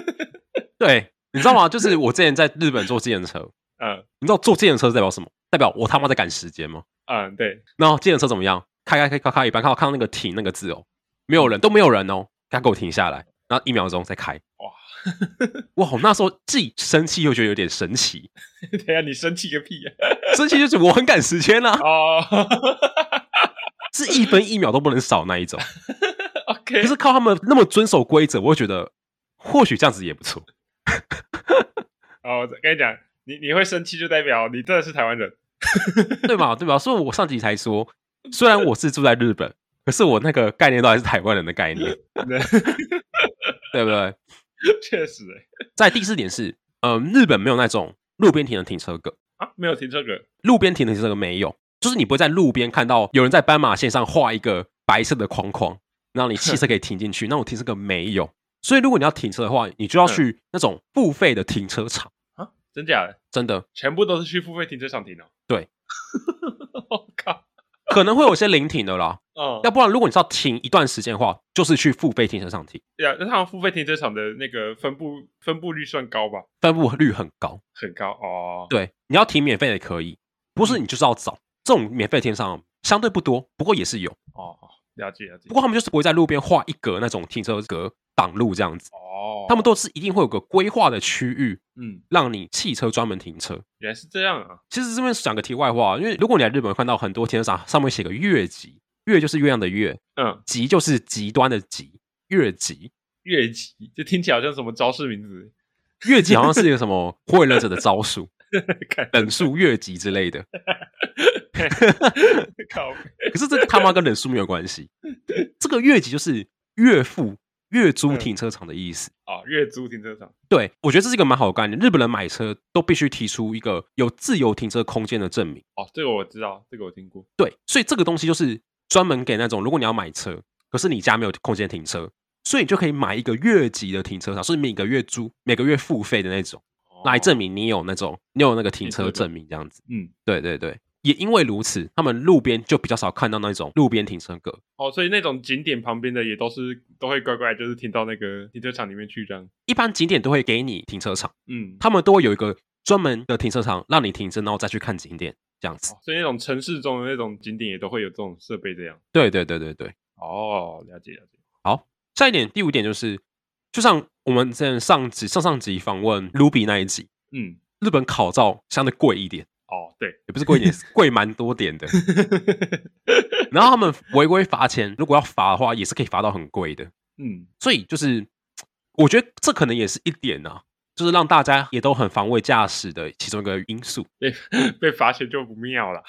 Speaker 2: [LAUGHS]
Speaker 1: 对，你知道吗？就是我之前在日本坐自行车，
Speaker 2: 嗯
Speaker 1: 你知道坐自行车代表什么？代表我他妈在赶时间吗？
Speaker 2: 嗯，对， [LAUGHS]
Speaker 1: 然后计程车怎么样？开开开开开一半，看到看到那个停那个字哦，没有人都没有人哦，他给我停下来，然后一秒钟再开。
Speaker 2: 哇！
Speaker 1: [LAUGHS] 哇，我那时候既生气又觉得有点神奇，
Speaker 2: 等一下你生气个屁呀、
Speaker 1: 生气就是我很赶时间啦、
Speaker 2: 哦
Speaker 1: 是一分一秒都不能少那一种。
Speaker 2: ，OK，
Speaker 1: 可是靠他们那么遵守规则，我会觉得或许这样子也不错。
Speaker 2: 哦，我跟你讲，你你会生气就代表你真的是台湾人。 [LAUGHS]
Speaker 1: 对吧？对吧？所以我上集才说，虽然我是住在日本，可是我那个概念都还是台湾人的概念，
Speaker 2: 对
Speaker 1: 对不对？
Speaker 2: 确实、欸、
Speaker 1: 在第四点是，呃，日本没有那种路边停的停车格，
Speaker 2: 啊，没有停这个
Speaker 1: 路边停的停车格没有，就是你不会在路边看到有人在斑马线上画一个白色的框框，让你汽车可以停进去。那种停车格没有，所以如果你要停车的话，你就要去那种付费的停车场，
Speaker 2: 啊，真假的，
Speaker 1: 真的
Speaker 2: 全部都是去付费停车场停哦。
Speaker 1: 对，
Speaker 2: [LAUGHS] 我、靠，
Speaker 1: 可能会有些临停的啦。
Speaker 2: 嗯，
Speaker 1: 要不然，如果你是要停一段时间的话，就是去付费停车场停，
Speaker 2: 呀，那他们付费停车场的那个分布分布率算高吧？
Speaker 1: 分布率很高。
Speaker 2: 很高哦。
Speaker 1: 对，你要停免费的也可以，不是你就是要找这种免费停车场相对不多，不过也是有。
Speaker 2: 哦，了解了解
Speaker 1: 不。过他们就是不会在路边画一格那种停车格挡路这样子，
Speaker 2: 哦，
Speaker 1: 他们都是一定会有个规划的区域，
Speaker 2: 嗯，
Speaker 1: 让你汽车专门停车。
Speaker 2: 原来是这样啊。
Speaker 1: 其实这边讲个题外话，因为如果你来日本看到很多停车场上面写个月级，月就是月亮的月，
Speaker 2: 嗯，
Speaker 1: 极就是极端的极，月级。
Speaker 2: 越级就听起来好像什么招式名字， [LAUGHS]
Speaker 1: 月级好像是一个什么火影忍者的招数， [LAUGHS]
Speaker 2: 看
Speaker 1: 等速越级之类的。
Speaker 2: 靠背，
Speaker 1: 可是这个他妈跟忍术没有关系，这个月级就是月付月租停车场的意思。
Speaker 2: 哦，月租停车场
Speaker 1: 对，我觉得这是一个蛮好的概念。日本人买车都必须提出一个有自由停车空间的证明。
Speaker 2: 哦，这个我知道，这个我听过。
Speaker 1: 对，所以这个东西就是专门给那种，如果你要买车，可是你家没有空间停
Speaker 2: 哦
Speaker 1: 车，所以你就可以买一个月级的停车场，是每个月租、每个月付费的那种。来证明你有那种你有那个哦停车证明这样子。
Speaker 2: 嗯，
Speaker 1: 对对对，也因为如此，他们路边就比较少看到那种路边停车格。
Speaker 2: 哦，所以那种景点旁边的也都是都会乖乖，就是停到那个停车场里面去这样。
Speaker 1: 一般景点都会给你停车场，
Speaker 2: 嗯，
Speaker 1: 他们都会有一个专门的停车场让你停车，然后再去看景点这样子。
Speaker 2: 哦所以那种城市中的那种景点也都会有这种设备这样。
Speaker 1: 对对对对对。
Speaker 2: 哦，了解了解。
Speaker 1: 下一点，第五点就是，就像我们之前上集上上集访问卢比那一集，
Speaker 2: 嗯，
Speaker 1: 日本考照相对贵一点，
Speaker 2: 哦，对，
Speaker 1: 也不是贵一点，是贵蛮多点的。然后他们违规罚钱，如果要罚的话，也是可以罚到很贵的。
Speaker 2: 嗯，
Speaker 1: 所以就是，我觉得这可能也是一点啊，就是让大家也都很防卫驾驶的其中一个因素。
Speaker 2: 被被罚钱就不妙了，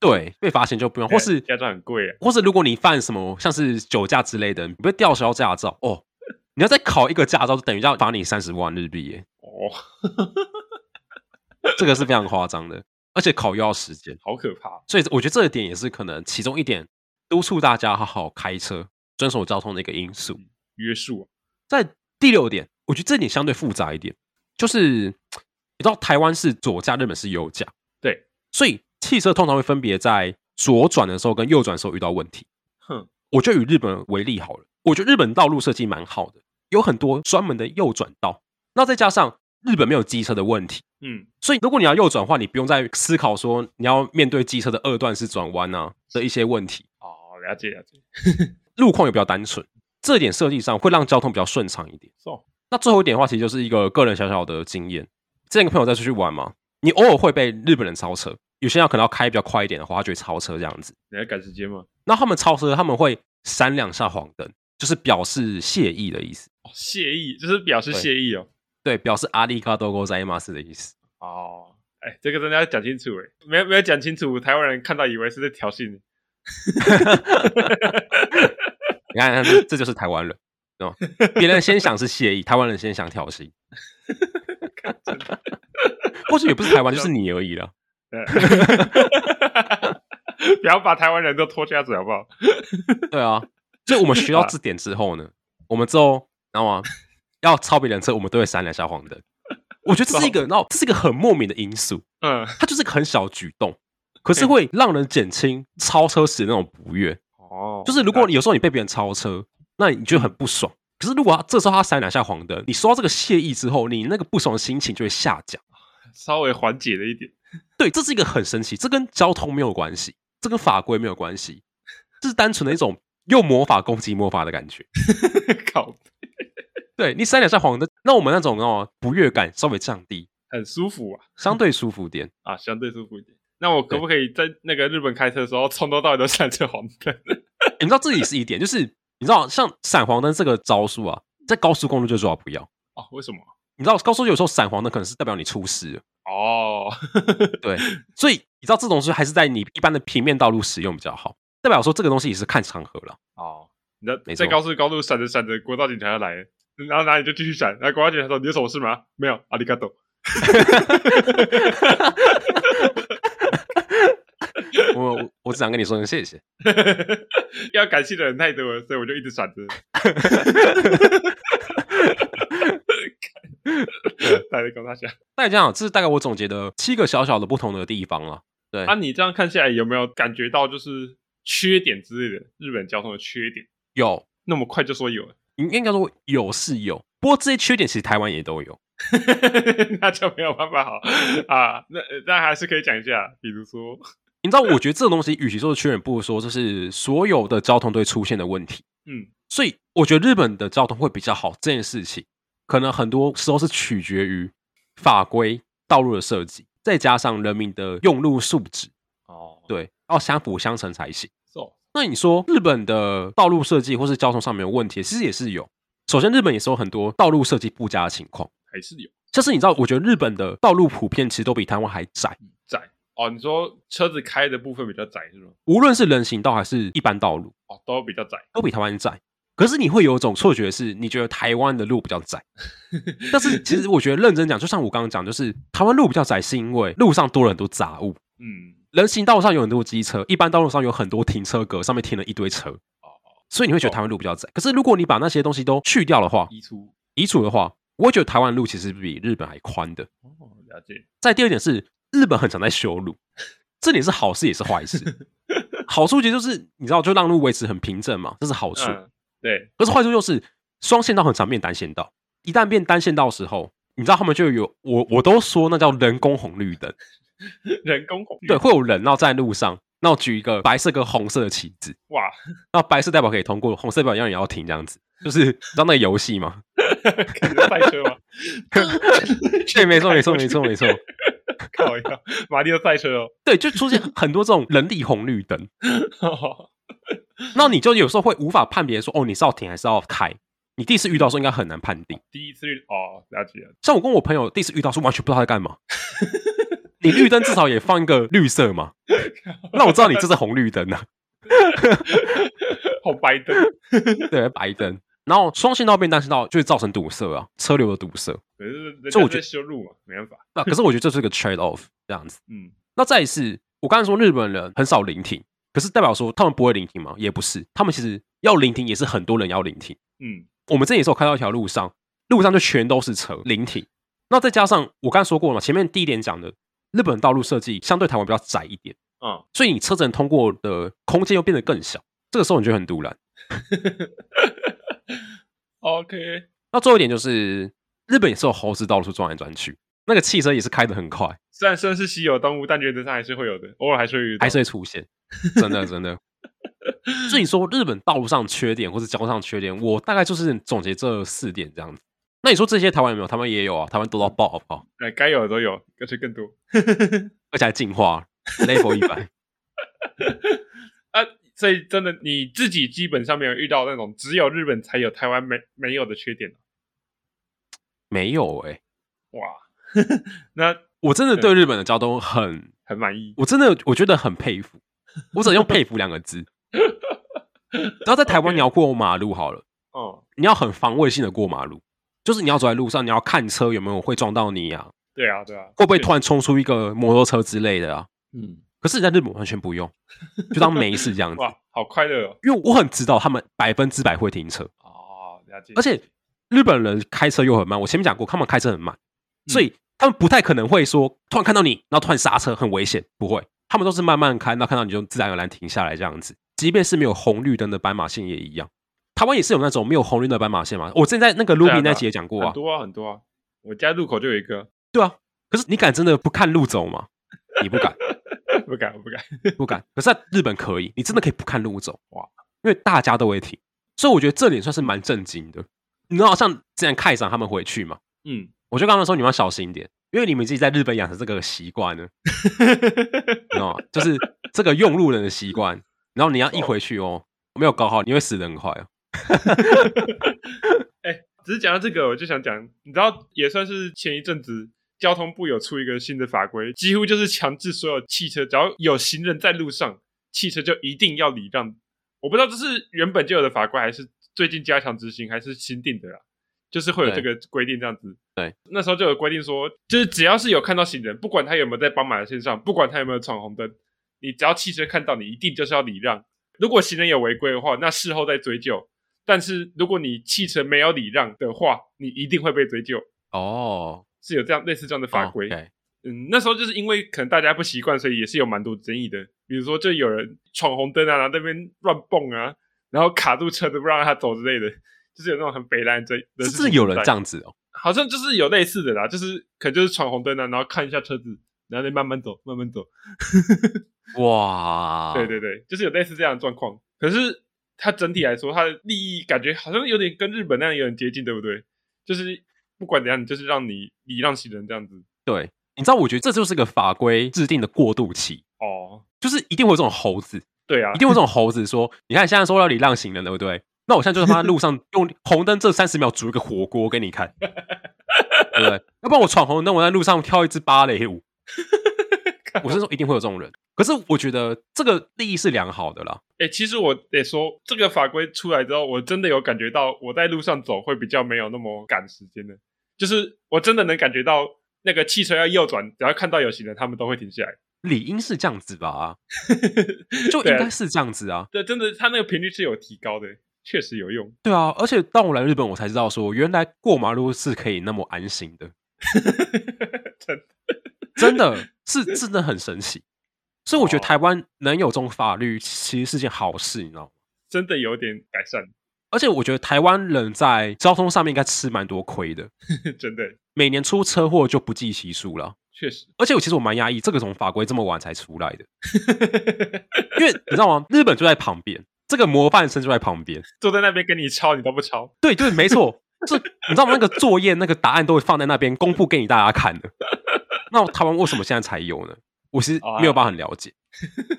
Speaker 1: 对，被罚钱就不用，或是
Speaker 2: [LAUGHS] 驾照很贵啊。
Speaker 1: 或是如果你犯什么像是酒驾之类的，你被吊销驾照哦，你要再考一个驾照，就等于要罚你三十万日币耶。
Speaker 2: 哦， [LAUGHS]
Speaker 1: 这个是非常夸张的，而且考又要时间，
Speaker 2: 好可怕。
Speaker 1: 所以我觉得这一点也是可能其中一点督促大家好好开车、遵守交通的一个因素。
Speaker 2: 约束啊、
Speaker 1: 在第六点，我觉得这点相对复杂一点，就是你知道台湾是左驾，日本是右驾，
Speaker 2: 对，
Speaker 1: 所以汽车通常会分别在左转的时候跟右转的时候遇到问题。
Speaker 2: 哼，
Speaker 1: 我就以日本为例好了，我觉得日本道路设计蛮好的，有很多专门的右转道，那再加上日本没有机车的问题。
Speaker 2: 嗯，
Speaker 1: 所以，如果你要右转的话，你不用再思考说你要面对机车的二段式转弯啊的一些问题，
Speaker 2: 哦，了解了解。
Speaker 1: 路况也比较单纯，这点设计上会让交通比较顺畅一点。
Speaker 2: So，
Speaker 1: 那最后一点的话，其实就是一个个人小小的经验。之前跟朋友在出去玩嘛，你偶尔会被日本人超车，有些人可能要开比较快一点的话，他就会超车这样子。
Speaker 2: 你要赶时间吗？
Speaker 1: 那他们超车，他们会闪两下黄灯，就是表示谢意的意思，
Speaker 2: 哦，谢意，就是表示
Speaker 1: 对
Speaker 2: 谢意哦。
Speaker 1: 对，表示阿里卡多ございます的意思。
Speaker 2: 哦，哎，这个真的要讲清楚哎，没有没有讲清楚，台湾人看到以为是在挑衅你。
Speaker 1: 你看，这这就是台湾人，哦，别人先想是谢意，台湾人先想挑衅。
Speaker 2: 看真的
Speaker 1: 或许也不是台湾，就是你而已了。 [LAUGHS]
Speaker 2: 对呃 [LAUGHS] 不要把台湾人都拖下水好不好？
Speaker 1: 对啊，所以我们学到这点之后呢，我们之后，然后啊，要超别人车，我们都会闪两下黄灯。我觉得这是一个，然后这是一个很莫名的因素，
Speaker 2: 嗯，
Speaker 1: 它就是一个很小的举动，可是会让人减轻超车时的那种不悦。
Speaker 2: 哦，
Speaker 1: 就是如果你有时候你被别人超车，那你就很不爽。可是如果他这时候他闪两下黄灯，你收到这个谢意之后，你那个不爽的心情就会下降。
Speaker 2: 稍微缓解了一点， [LAUGHS]
Speaker 1: 对，这是一个很神奇，这跟交通没有关系，这跟法规没有关系，这是单纯的一种用魔法攻击魔法的感觉。
Speaker 2: 靠，
Speaker 1: 对你闪两下黄灯，那我们那种哦不悦感稍微降低，
Speaker 2: 很舒服啊
Speaker 1: 相对舒服点。
Speaker 2: 啊，相对舒服一点。那我可不可以在那个日本开车的时候，从头到尾都闪着红灯？
Speaker 1: 欸你知道这也是一点，就是你知道像闪黄灯这个招数啊，在高速公路就最好不要。
Speaker 2: [LAUGHS] 哦，为什么？
Speaker 1: 你知道高速有时候闪黄灯可能是代表你出事了，
Speaker 2: 哦， [LAUGHS]
Speaker 1: 对，所以你知道这种东西还是在你一般的平面道路使用比较好，代表说这个东西也是看场合了。
Speaker 2: 哦，你知道
Speaker 1: 没错
Speaker 2: 在高速高路闪着闪着，国道警察要来了，然后哪里就继续闪，然后国道警察说：“你有什么事吗？”没有，阿里嘎多。 [LAUGHS]
Speaker 1: 我我我只想跟你说声谢谢。
Speaker 2: 要感谢的人太多了，所以我就一
Speaker 1: [LAUGHS]
Speaker 2: 直闪着。 [LAUGHS] 大家跟他讲，
Speaker 1: 大概这样，这是大概我总结的七个小小的不同的地方了。对，
Speaker 2: 啊，你这样看下来有没有感觉到就是缺点之类的？日本交通的缺点，
Speaker 1: 有，
Speaker 2: 那么快就说有了， [LAUGHS]
Speaker 1: 应应该说有是有，不过这些缺点其实台湾也都有。
Speaker 2: 那就没有办法好啊。那那还是可以讲一下，比如说，
Speaker 1: 你知道，我觉得这种东西，与其说是缺点，不如说就是所有的交通都会出现的问题。
Speaker 2: 嗯，
Speaker 1: 所以我觉得日本的交通会比较好这件事情，可能很多时候是取决于法规、道路的设计，再加上人民的用路素质，
Speaker 2: 哦，
Speaker 1: 对，要相辅相成才行。
Speaker 2: ，so，
Speaker 1: 那你说日本的道路设计或是交通上面有问题，其实也是有。首先，日本也是有很多道路设计不佳的情况，
Speaker 2: 还是有
Speaker 1: 像是你知道，我觉得日本的道路普遍其实都比台湾还窄，
Speaker 2: 窄哦。你说车子开的部分比较窄是吗？
Speaker 1: 无论是人行道还是一般道路，
Speaker 2: 哦，都比较窄，
Speaker 1: 都比台湾窄。可是你会有一种错觉是，你觉得台湾的路比较窄，但是其实我觉得认真讲，就像我刚刚讲，就是台湾路比较窄，是因为路上多了很多杂物，
Speaker 2: 嗯，
Speaker 1: 人行道上有很多机车，一般道路上有很多停车格，上面停了一堆车，所以你会觉得台湾路比较窄。可是如果你把那些东西都去掉的话，
Speaker 2: 移出
Speaker 1: 移除的话，我会觉得台湾路其实比日本还宽的。
Speaker 2: 哦，了解。
Speaker 1: 再第二点是，日本很常在修路，这点是好事也是坏事。好处其实就是你知道，就让路维持很平整嘛，这是好处。
Speaker 2: 嗯，对，
Speaker 1: 可是坏处就是双线道很常变单线道，一旦变单线道的时候，你知道他们就有我我都说那叫人工红绿灯，
Speaker 2: 人工红绿
Speaker 1: 对，，会有人然后在路上，然后举一个白色跟红色的旗子，
Speaker 2: 哇，
Speaker 1: 那白色代表可以通过，红色代表要你要停这样子，就是你知道那个游戏吗？
Speaker 2: 看着赛车吗？ [LAUGHS]
Speaker 1: 对，没错，没错，没错，没错，
Speaker 2: 靠呀，马里奥赛车哦。
Speaker 1: 对，就出现很多这种人力红绿灯，那你就有时候会无法判别说哦，你是要停还是要开。你第一次遇到的时候应该很难判定，
Speaker 2: [LAUGHS] 第一次遇哦，了解了
Speaker 1: 像我跟我朋友第一次遇到是完全不知道他在干嘛。你绿灯至少也放一个绿色嘛，那我知道你这是红绿灯啊，
Speaker 2: 好哦白灯，
Speaker 1: 对，白灯。然后双线道变单线道就会造成堵塞啊，车流的堵塞。
Speaker 2: 可是人
Speaker 1: 这我觉
Speaker 2: 家在
Speaker 1: 得
Speaker 2: 修路嘛，没办法。
Speaker 1: 那可是我觉得这是一个 trade off 这样子。
Speaker 2: 嗯，
Speaker 1: 那再一次，我刚才说日本人很少聆听，可是代表说他们不会聆听吗？也不是，他们其实要聆听也是很多人要聆听。
Speaker 2: 嗯，
Speaker 1: 我们这也是有开到一条路上，路上就全都是车聆听。那再加上我刚才说过了嘛，前面第一点讲的，日本道路设计相对台湾比较窄一点，
Speaker 2: 嗯，
Speaker 1: 所以你车子能通过的空间又变得更小。这个时候你就很堵然。
Speaker 2: OK，
Speaker 1: 那最后一点就是，日本也是有猴子到处转来转去，那个汽车也是开得很快，
Speaker 2: 虽然虽然是稀有动物，但原则上还是会有的，偶尔还是会遇到
Speaker 1: 还是会出现，真的真的。所以说，日本道路上缺点或是交通上缺点，我大概就是总结这四点这样子。那你说这些台湾有没有？台湾也有啊，台湾多到爆，好不好？
Speaker 2: 哎，该有的都有，而且更多。
Speaker 1: 而且还进化 level 一百。 [LAUGHS]
Speaker 2: 啊，所以真的你自己基本上没有遇到那种只有日本才有、台湾没没有的缺点
Speaker 1: 没有哎、
Speaker 2: 哇， [LAUGHS] 那
Speaker 1: 我真的对日本的交通很，
Speaker 2: 很满意。
Speaker 1: 我真的我觉得很佩服，我只能用佩服两个字。然后在台湾，你要过马路好了。
Speaker 2: 哦，
Speaker 1: 你要很防卫性的过马路，就是你要走在路上，你要看车有没有会撞到你啊，
Speaker 2: 对啊，对啊，
Speaker 1: 会不会突然冲出一个摩托车之类的啊？
Speaker 2: 嗯，
Speaker 1: 可是你在日本完全不用，就当没事这样子，
Speaker 2: [LAUGHS] 哇，好快乐哦。
Speaker 1: 因为我很知道他们百分之百会停车，
Speaker 2: 哦，了解。
Speaker 1: 而且日本人开车又很慢，我前面讲过，他们开车很慢，
Speaker 2: 嗯
Speaker 1: 所以他们不太可能会说突然看到你，然后突然刹车很危险，不会，他们都是慢慢开，那看到你就自然而然停下来这样子，即便是没有红绿灯的斑马线也一样。台湾也是有那种没有红绿灯的斑马线嘛，我之前在那个 l u b y
Speaker 2: 对啊对
Speaker 1: 那
Speaker 2: 啊
Speaker 1: 集也讲过啊
Speaker 2: 很，多啊，很多啊。我家路口就有一个， [LAUGHS]
Speaker 1: 对啊，可是你敢真的不看路走吗？你不敢，
Speaker 2: 不敢，我不敢。
Speaker 1: 不敢。可是在日本可以，你真的可以不看路走哇
Speaker 2: 哇，
Speaker 1: 因为大家都会停，所以我觉得这点算是蛮震惊的。你知道，像之前开场他们回去嘛， [LAUGHS]
Speaker 2: 嗯，
Speaker 1: 我就跟他们说你们要小心一点，因为你们自己在日本养成这个习惯呢，你知道吗？就是这个用路人的习惯，然后你要一回去哦，没有搞好，你会死得很快哦。
Speaker 2: 哎、只是讲到这个，我就想讲，你知道，也算是前一阵子交通部有出一个新的法规，几乎就是强制所有汽车，只要有行人在路上，汽车就一定要礼让。我不知道这是原本就有的法规，还是最近加强执行，还是新定的啦。就是会有这
Speaker 1: 对
Speaker 2: 个规定这样子。
Speaker 1: 对，
Speaker 2: 那时候就有规定说，就是只要是有看到行人，不管他有没有在斑马线上，不管他有没有闯红灯，你只要汽车看到你，一定就是要礼让。如果行人有违规的话，那事后再追究。但是如果你汽车没有礼让的话，你一定会被追究，
Speaker 1: 哦，
Speaker 2: 是有这样类似这样的法规。
Speaker 1: 对，
Speaker 2: 嗯，那时候就是因为可能大家不习惯，所以也是有蛮多争议的。比如说，就有人闯红灯啊，然后在那边乱蹦啊，然后卡住车子不让他走之类的，就是有那种很北烂
Speaker 1: 是
Speaker 2: 的事情存在。
Speaker 1: 真的有人这样子哦，
Speaker 2: 好像就是有类似的啦，就是可能就是闯红灯啊，然后看一下车子，然后再慢慢走，慢慢走。
Speaker 1: 哇，
Speaker 2: 对对对，就是有类似这样的状况。可是它整体来说，它的利益感觉好像有点跟日本那样有点接近，对不对？就是不管怎样，你就是让你礼让行人这样子。
Speaker 1: 对，你知道，我觉得这就是个法规制定的过渡期，
Speaker 2: 哦，
Speaker 1: 就是一定会有这种猴子，
Speaker 2: 对啊
Speaker 1: 一，定会有这种猴子说，你看现在说要礼让行人，对不对？那我现在就他妈路上用红灯这三十秒煮一个火锅给你看，对不对？要不然我闯红灯，我在路上跳一支芭蕾舞，我是说一定会有这种人。可是我觉得这个利益是良好的啦，
Speaker 2: 哎、其实我得说，这个法规出来之后，我真的有感觉到我在路上走会比较没有那么赶时间的，就是我真的能感觉到那个汽车要右转，只要看到有行人，他们都会停下来。 [LAUGHS]
Speaker 1: 理应是这样子吧？就应
Speaker 2: 对啊
Speaker 1: 该是这样子啊。
Speaker 2: 对，真的，它那个频率是有提高的，确实有用。 [LAUGHS]
Speaker 1: 对啊，而且当我来日本，我才知道说，原来过马路是可以那么安心的，真
Speaker 2: 真的
Speaker 1: 的是真的很神奇。所以我觉得台湾能有这种法律，其实是件好事，你知道吗？
Speaker 2: 真的有点改善， [LAUGHS]
Speaker 1: 而且我觉得台湾人在交通上面应该吃蛮多亏的，
Speaker 2: 真的
Speaker 1: 每年出车祸就不计其数了。
Speaker 2: 确实。 [LAUGHS]
Speaker 1: 而且我其实我蛮压抑，这个从法规这么晚才出来的，因为你知道吗？日本就在旁边，这个模范生就在旁边。
Speaker 2: 坐在那边跟你抄，你都不抄，
Speaker 1: 对对，没错，这你知道吗？那个作业那个答案都会放在那边公布给你大家看的。那台湾为什么现在才有呢？我其实没有办法很了解。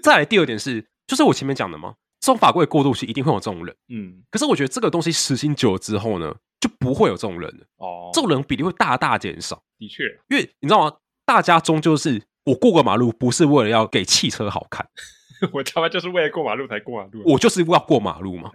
Speaker 1: 再来第二点是，就是我前面讲的嘛，这种法规的过渡期一定会有这种人，
Speaker 2: 嗯，
Speaker 1: 可是我觉得这个东西实行久了之后呢，就不会有这种人了，
Speaker 2: 哦
Speaker 1: 这种人比例会大大减少，
Speaker 2: 的确， [LAUGHS]
Speaker 1: 因为你知道吗？大家终究是我过个马路不是为了要给汽车好看，
Speaker 2: 我他妈就是为了过马路才过马路啊，
Speaker 1: 我就是要过马路嘛。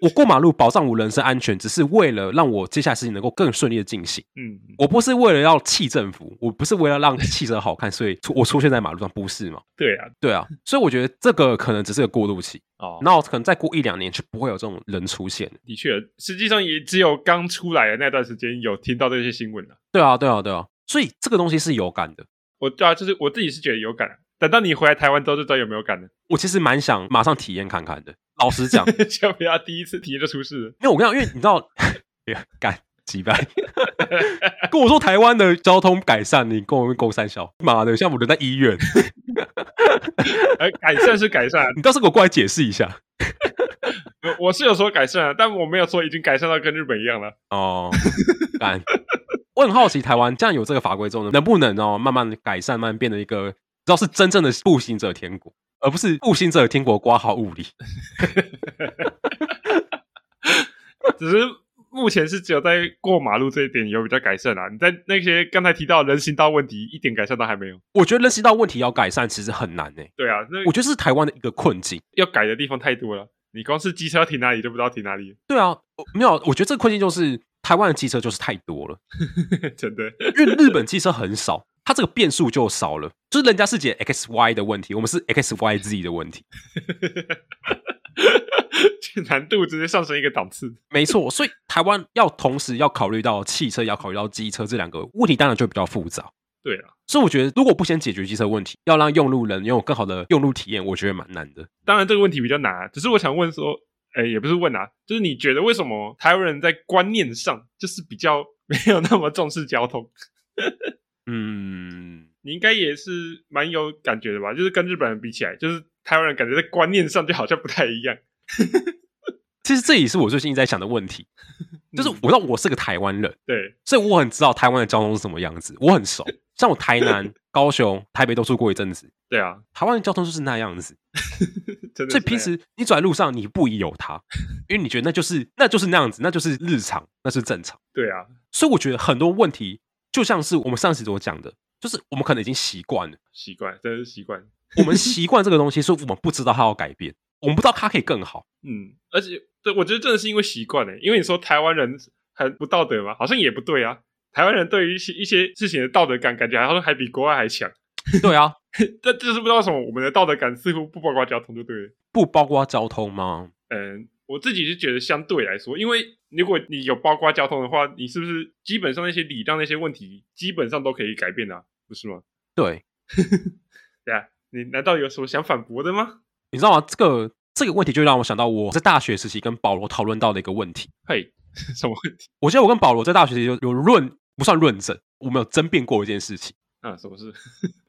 Speaker 1: 我过马路保障我人身安全，只是为了让我接下来事情能够更顺利的进行。
Speaker 2: 嗯，
Speaker 1: 我不是为了要气政府，我不是为了让汽车好看，所以出我出现在马路上，不是嘛？
Speaker 2: 对啊，
Speaker 1: 对啊，所以我觉得这个可能只是个过渡期，
Speaker 2: 哦
Speaker 1: 然后可能再过一两年就不会有这种人出现了。
Speaker 2: 的确，实际上也只有刚出来的那段时间有听到这些新闻了。
Speaker 1: 对啊，对啊，对啊，所以这个东西是有感的。
Speaker 2: 我对啊，就是我自己是觉得有感，等到你回来台湾之后就知道有没有感了。 [LAUGHS]
Speaker 1: 我其实蛮想马上体验看看的。老实讲，因
Speaker 2: 就不要第一次体验就出事了。
Speaker 1: 为我跟你讲，因为你知 [LAUGHS] 道，干几 [LAUGHS] 百，跟我说台湾的交通改善，你跟我勾三小，妈的，像我人在医院，
Speaker 2: 呃，改善是改善啊，
Speaker 1: 你倒是给我过来解释一下。
Speaker 2: 我我是有说改善啊，但我没有说已经改善到跟日本一样了。
Speaker 1: 哦，干！我很好奇，台湾这样有这个法规之后呢，能不能哦慢慢地改善，慢慢变得一个，知道是真正的步行者天国，而不是步行者天国挂好物理。
Speaker 2: 只是目前是只有在过马路这一点有比较改善啊。你在那些刚才提到的人行道问题，一点改善都还没有。
Speaker 1: 我觉得认识到问题要改善其实很难呢、
Speaker 2: 对啊，那
Speaker 1: 我觉得是台湾的一个困境。
Speaker 2: 要改的地方太多了。你光是机车停哪里就不知道停哪里， [LAUGHS]
Speaker 1: 对啊，我没有，我觉得这个困境就是台湾的机车就是太多了，
Speaker 2: 真的。 [LAUGHS]
Speaker 1: 因为日本机车很少，它这个变数就少了，就是人家是解 X Y 的问题，我们是 X Y Z 的问题。
Speaker 2: 这难度直接上升一个档次。
Speaker 1: 没错，所以台湾要同时要考虑到汽车，也要考虑到机车这两个问题，当然就比较复杂。
Speaker 2: 对啊，
Speaker 1: 所以我觉得，如果不先解决机车问题，要让用路人拥有更好的用路体验，我觉得蛮难的。
Speaker 2: 当然这个问题比较难、啊，只是我想问说，哎，也不是问啊，就是你觉得为什么台湾人在观念上就是比较没有那么重视交通？
Speaker 1: 嗯，
Speaker 2: 你应该也是蛮有感觉的吧？就是跟日本人比起来，就是台湾人感觉在观念上就好像不太一样。
Speaker 1: 其实这也是我最近一直在想的问题，就是
Speaker 2: 嗯
Speaker 1: 我知道我是个台湾人，
Speaker 2: 对，
Speaker 1: 所以我很知道台湾的交通是什么样子，我很熟。像我台
Speaker 2: [LAUGHS]
Speaker 1: 南、高雄、台北都住过一阵子，
Speaker 2: 对啊，
Speaker 1: 台湾的交通就是那样子。
Speaker 2: 真的是那样。
Speaker 1: 所以平时你走在路上，你不疑有他，因为你觉得那就是那就是那样子，那就是日常，那是正常。
Speaker 2: 对啊，
Speaker 1: 所以我觉得很多问题，就像是我们上次所讲的，就是我们可能已经习惯了，
Speaker 2: 习惯真的是习惯。
Speaker 1: 我们习惯这个东西，所以我们不知道它要改变，我们不知道它可以更好。
Speaker 2: 嗯，而且对我觉得真的是因为习惯呢，因为你说台湾人很不道德嘛，好像也不对啊。台湾人对于一些一些事情的道德感，感觉好像还比国外还强。
Speaker 1: [LAUGHS] 对啊，
Speaker 2: 但就是不知道为什么，我们的道德感似乎不包括交通，就对了。
Speaker 1: 不包括交通吗？
Speaker 2: 嗯，我自己是觉得相对来说，因为如果你有包括交通的话，你是不是基本上那些礼让那些问题，基本上都可以改变的、啊，不是吗？
Speaker 1: 对，
Speaker 2: 对啊，你难道有什么想反驳的吗？
Speaker 1: 你知道吗？这个这个问题就让我想到我在大学时期跟保罗讨论到的一个问题。
Speaker 2: 嘿， [LAUGHS] 什么问题
Speaker 1: 我记得我跟保罗在大学时期有有论不算论证，我们有争辩过一件事情，
Speaker 2: 啊？什么事？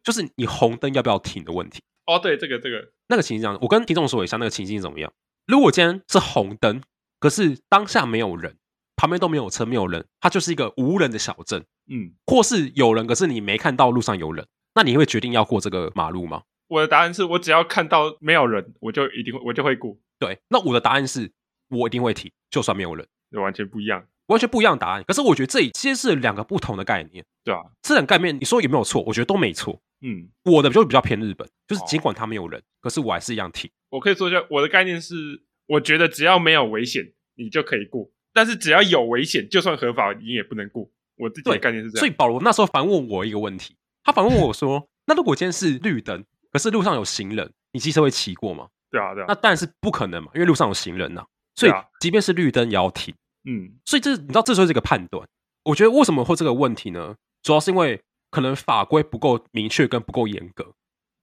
Speaker 1: 就是你红灯要不要停的问题。
Speaker 2: 哦，对，这个这个，
Speaker 1: 那个情境，我跟听众说一下那个情境怎么样。如果今天是红灯，可是当下没有人，旁边都没有车，没有人，它就是一个无人的小镇，
Speaker 2: 嗯，
Speaker 1: 或是有人，可是你没看到路上有人，那你会决定要过这个马路吗？
Speaker 2: 我的答案是我只要看到没有人，我就一定会我就会过，
Speaker 1: 对，那我的答案是我一定会停，就算没有人，
Speaker 2: 完全不一样，
Speaker 1: 完全不一样的答案。可是我觉得这里揭示了两个不同的概念，
Speaker 2: 对啊，
Speaker 1: 这两个概念你说有没有错？我觉得都没错。
Speaker 2: 嗯，
Speaker 1: 我的就比较偏日本，就是
Speaker 2: 哦
Speaker 1: 尽管它没有人，可是我还是一样停。
Speaker 2: 我可以说一下，我的概念是，我觉得只要没有危险，你就可以过；但是只要有危险，就算合法，你也不能过。我自己的
Speaker 1: 对
Speaker 2: 概念是这样。
Speaker 1: 所以保罗那时候反问我一个问题，他反问
Speaker 2: [LAUGHS]
Speaker 1: 我说：“那如果今天是绿灯，可是路上有行人，你机车会骑过吗
Speaker 2: 对啊，对？”啊
Speaker 1: 那，当然是不可能嘛，因为路上有行人呐、所以
Speaker 2: 对啊
Speaker 1: 即便是绿灯也要停。
Speaker 2: 嗯
Speaker 1: 所以这你知道，这就是一个判断。我觉得为什么会这个问题呢？主要是因为可能法规不够明确跟不够严格，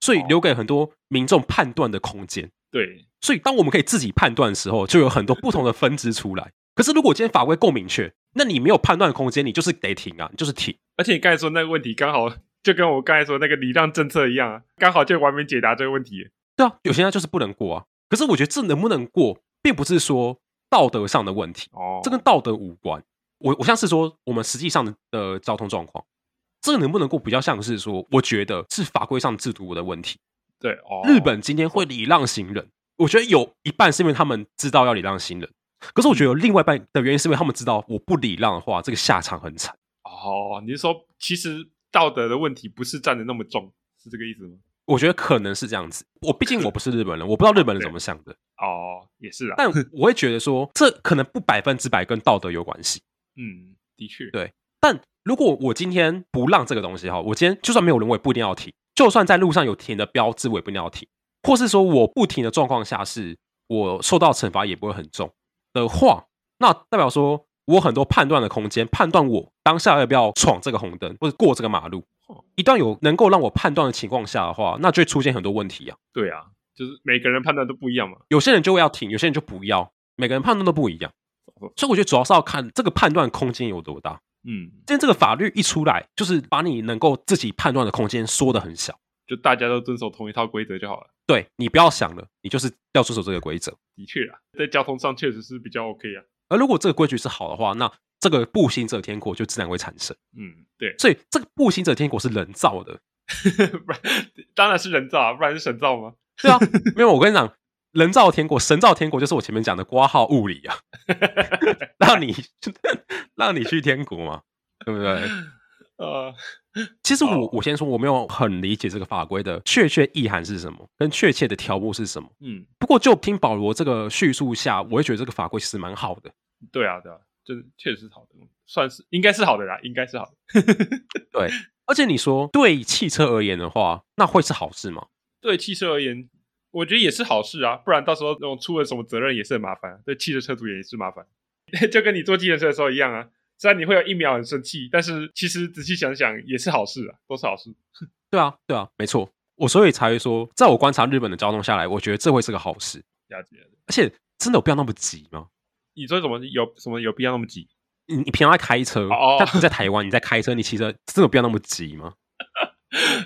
Speaker 1: 所以
Speaker 2: 哦
Speaker 1: 留给很多民众判断的空间。
Speaker 2: 对，
Speaker 1: 所以当我们可以自己判断的时候，就有很多不同的分支出来。可是如果今天法规够明确，那你没有判断的空间，你就是得停啊，你就是停。
Speaker 2: 而且你刚才说那个问题，刚好就跟我刚才说那个礼让政策一样啊，刚好就完美解答这个问题。
Speaker 1: 对啊，有些人就是不能过啊。可是我觉得这能不能过，并不是说道德上的问题，
Speaker 2: 哦
Speaker 1: 这跟道德无关。我我像是说我们实际上的的交通状况，这个能不能过，比较像是说，我觉得是法规上制度的问题。
Speaker 2: 对哦，
Speaker 1: 日本今天会礼让行人，我觉得有一半是因为他们知道要礼让行人，可是我觉得有另外一半的原因是因为他们知道我不礼让的话，这个下场很惨。
Speaker 2: 哦，你是说其实道德的问题不是占的那么重，是这个意思吗？
Speaker 1: 我觉得可能是这样子，我毕竟我不是日本人，我不知道日本人怎么想的，
Speaker 2: 哦，也是 [LAUGHS] 啊，
Speaker 1: 但我会觉得说，这可能不百分之百跟道德有关系。
Speaker 2: 嗯，的确，
Speaker 1: 对但如果我今天不让这个东西哈，我今天就算没有人，我也不一定要停；就算在路上有停的标志，我也不一定要停。或是说我不停的状况下，是我受到惩罚也不会很重的话，那代表说我有很多判断的空间，判断我当下要不要闯这个红灯或者过这个马路。一旦有能够让我判断的情况下的话，那就会出现很多问题啊。
Speaker 2: 对啊，就是每个人判断都不一样嘛。
Speaker 1: 有些人就会要停，有些人就不要，每个人判断都不一样。所以我觉得主要是要看这个判断空间有多大。
Speaker 2: 嗯，
Speaker 1: 今天这个法律一出来，就是把你能够自己判断的空间缩得很小。
Speaker 2: 就大家都遵守同一套规则就好了。
Speaker 1: 对你不要想了，你就是要遵守这个规则。
Speaker 2: 的确啊，在交通上确实是比较 OK 啊。
Speaker 1: 而如果这个规矩是好的话，那这个步行者天国就自然会产生。
Speaker 2: 嗯，对， [LAUGHS]
Speaker 1: 所以这个步行者天国是人造的，
Speaker 2: 不然当然是人造啊，不然是神造吗？
Speaker 1: 对啊。没有，我跟你讲，人造天国、神造天国就是我前面讲的挂号物理啊，让你让你去天国嘛，对不对？
Speaker 2: 呃，
Speaker 1: 啊其实我
Speaker 2: 哦
Speaker 1: 我先说，我没有很理解这个法规的确切意涵是什么，跟确切的条目是什么。
Speaker 2: 嗯，
Speaker 1: 不过就听保罗这个叙述下，我会觉得这个法规其实蛮好的。
Speaker 2: 对啊，对啊，就是确实是好的，算是应该是好的啦，应该是好的。 [LAUGHS]
Speaker 1: 而且你说对汽车而言的话，那会是好事吗？
Speaker 2: 对汽车而言，我觉得也是好事啊，不然到时候那种出了什么责任也是很麻烦，啊对汽车车主也是麻烦， [LAUGHS] 就跟你坐计程车的时候一样啊。虽然你会有一秒很生气，但是其实仔细想想也是好事啊，都是好事。
Speaker 1: 对啊，对啊，没错。我所以才会说，在我观察日本的交通下来，我觉得这会是个好事。
Speaker 2: 了解了。
Speaker 1: 而且真的有必要那么急吗？
Speaker 2: 你说怎么有什么有必要那么
Speaker 1: [GASPS]
Speaker 2: 急？
Speaker 1: 你你平常在开车，
Speaker 2: 哦
Speaker 1: 但你在台湾你在开车，你骑车真的有必要那么急吗？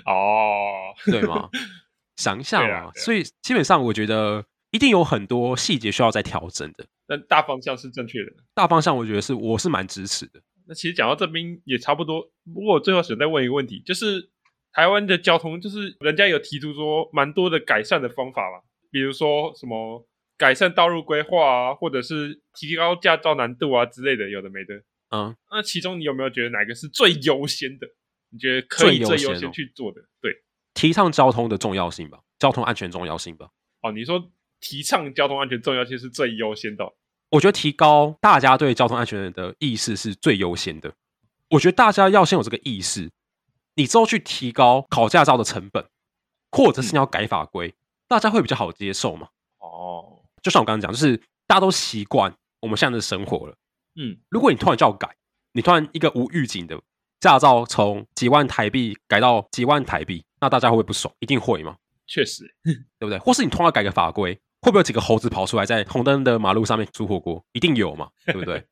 Speaker 2: 哦，
Speaker 1: 对吗？ [LAUGHS] 想一下
Speaker 2: 对啊
Speaker 1: 嘛。
Speaker 2: 对啊
Speaker 1: 所以基本上我觉得一定有很多细节需要再调整的。
Speaker 2: 但大方向是正确的。
Speaker 1: 大方向我觉得是我是蛮支持的。
Speaker 2: 那其实讲到这边也差不多。不过我最后想再问一个问题，就是台湾的交通，就是人家有提出说蛮多的改善的方法嘛，比如说什么改善道路规划啊，或者是提高驾照难度啊之类的，有的没的。
Speaker 1: 嗯，
Speaker 2: 那其中你有没有觉得哪个是最优先的？你觉得可以
Speaker 1: 最优
Speaker 2: 最
Speaker 1: 先哦
Speaker 2: 优先去做的？对，
Speaker 1: 提倡交通的重要性吧，交通安全重要性吧。
Speaker 2: 哦，你说提倡交通安全重要性是最优先的哦、
Speaker 1: 我觉得提高大家对交通安全的意识是最优先的。我觉得大家要先有这个意识，你之后去提高考驾照的成本，或者是你要改法规，大家会比较好接受嘛。
Speaker 2: 哦，
Speaker 1: 就像我刚刚讲，就是大家都习惯我们现在的生活了。
Speaker 2: 嗯，
Speaker 1: 如果你突然叫我改，你突然一个无预警的驾照从几万台币改到几万台币，那大家会不会不爽？一定会嘛，
Speaker 2: 确实，
Speaker 1: 对不对？或是你突然改个法规，会不会有几个猴子跑出来在红灯的马路上面煮火锅？一定有嘛，对不对？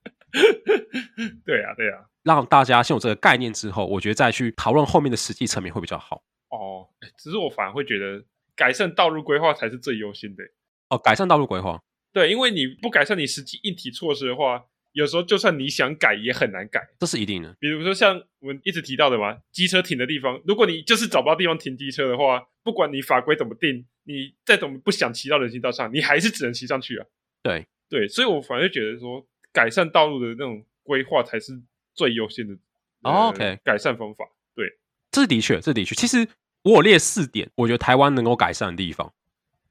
Speaker 2: 对啊，对啊。
Speaker 1: 让大家先有这个概念之后，我觉得再去讨论后面的实际层面会比较好。
Speaker 2: 哦，诶只是我反而会觉得改善道路规划才是最优先的。
Speaker 1: 哦，改善道路规划，
Speaker 2: 对，因为你不改善你实际硬体措施的话，有时候就算你想改也很难改。
Speaker 1: 这是一定的。
Speaker 2: 比如说像我们一直提到的嘛，机车停的地方，如果你就是找不到地方停机车的话，不管你法规怎么定，你再怎么不想骑到人行道上，你还是只能骑上去啊。
Speaker 1: 对
Speaker 2: 对，所以我反而觉得说，改善道路的那种规划才是最优先的。
Speaker 1: 哦
Speaker 2: 呃
Speaker 1: OK
Speaker 2: 改善方法。对
Speaker 1: 这的确，这的确，其实我有列四点，我觉得台湾能够改善的地方。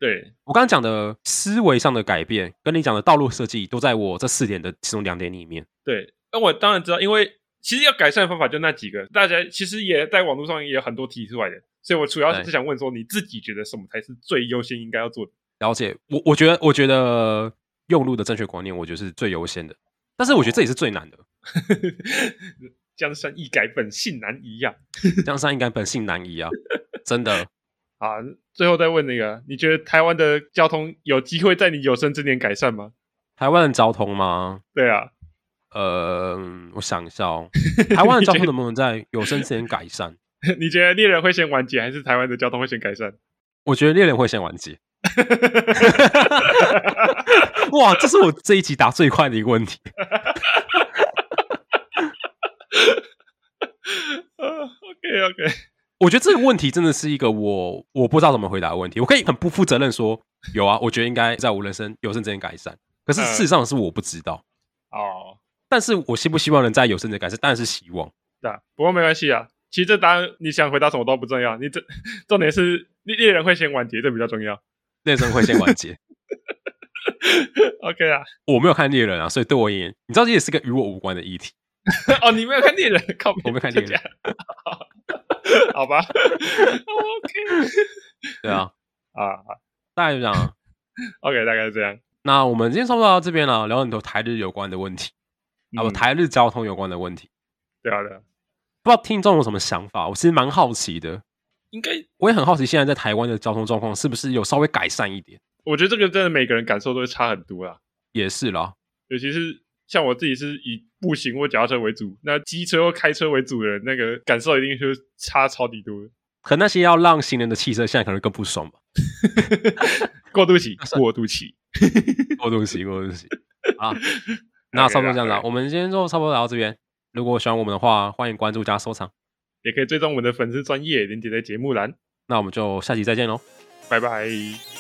Speaker 2: 对，
Speaker 1: 我刚刚讲的思维上的改变，跟你讲的道路设计，都在我这四点的其中两点里面。
Speaker 2: 对，那我当然知道，因为其实要改善的方法就那几个，大家其实也在网络上也有很多提出来的，所以我主要
Speaker 1: 对
Speaker 2: 是想问说，你自己觉得什么才是最优先应该要做的？ [LAUGHS]
Speaker 1: 了解，我我觉得，我觉得用路的正确观念，我觉得是最优先的。但是我觉得这也是最难的。
Speaker 2: 江山易改，本性难移呀、
Speaker 1: 江山易改，本性难移啊，真的。
Speaker 2: 啊！最后再问那个，啊你觉得台湾的交通有机会在你有生之年改善吗？
Speaker 1: 台湾的交通吗？
Speaker 2: 对啊， [LAUGHS]
Speaker 1: 呃，我想一下哦，台湾的交通能不能在有生之年改善？
Speaker 2: 你觉得猎人会先完结，还是台湾的交通会先改善？ [LAUGHS] 啊
Speaker 1: 我觉得猎人会先完结。哇，这是我这一集答最快的一个问题。
Speaker 2: 啊，OK OK，
Speaker 1: 我觉得这个问题真的是一个我我不知道怎么回答的问题。我可以很不负责任说，有啊，我觉得应该在我人生有生之年改善。可是事实上是我不知道，
Speaker 2: 哦，
Speaker 1: 但是我希不希望能在有生之年改善，当然是希望。
Speaker 2: 对啊，不过没关系啊。其实这答案你想回答什么都不重要，你这 [LAUGHS] 重点是猎猎人会先完结，这比较重要。
Speaker 1: 猎人会先完结，
Speaker 2: OK 啊， [LAUGHS]
Speaker 1: 我没有看猎人啊，所以对我而言，你知道这也是个与我无关的议题。
Speaker 2: 哦，你没有看猎人，靠北，
Speaker 1: 我没有看猎人
Speaker 2: 就这样， [LAUGHS] 好吧，OK [LAUGHS]
Speaker 1: 对啊，
Speaker 2: 啊
Speaker 1: 大概就这样啊。
Speaker 2: ，OK，大概是这样。
Speaker 1: 那我们今天差不多到这边了，聊很多台日有关的问题，啊不，
Speaker 2: 嗯
Speaker 1: 台日交通有关的问题。
Speaker 2: 对啊，对啊，
Speaker 1: 不知道听众有什么想法？我其实蛮好奇的，
Speaker 2: 应该
Speaker 1: 我也很好奇现在在台湾的交通状况是不是有稍微改善一点？
Speaker 2: 我觉得这个真的每个人感受都会差很多啦，
Speaker 1: 也是啦，
Speaker 2: 尤其是像我自己是以步行或脚踏车为主，那机车或开车为主的人，那个感受一定是差超级多的。
Speaker 1: 可那些要让行人的汽车现在可能更不爽吧？
Speaker 2: 过渡期，过渡期，
Speaker 1: 过渡期，过渡期啊。那差不多这样子啊，我们今天就差不多聊到这边。如果喜欢我们的话，欢迎关注加收藏。
Speaker 2: 也可以追踪我们的粉丝专业，连接在节目栏。
Speaker 1: 那我们就下期再见喽。
Speaker 2: 拜拜。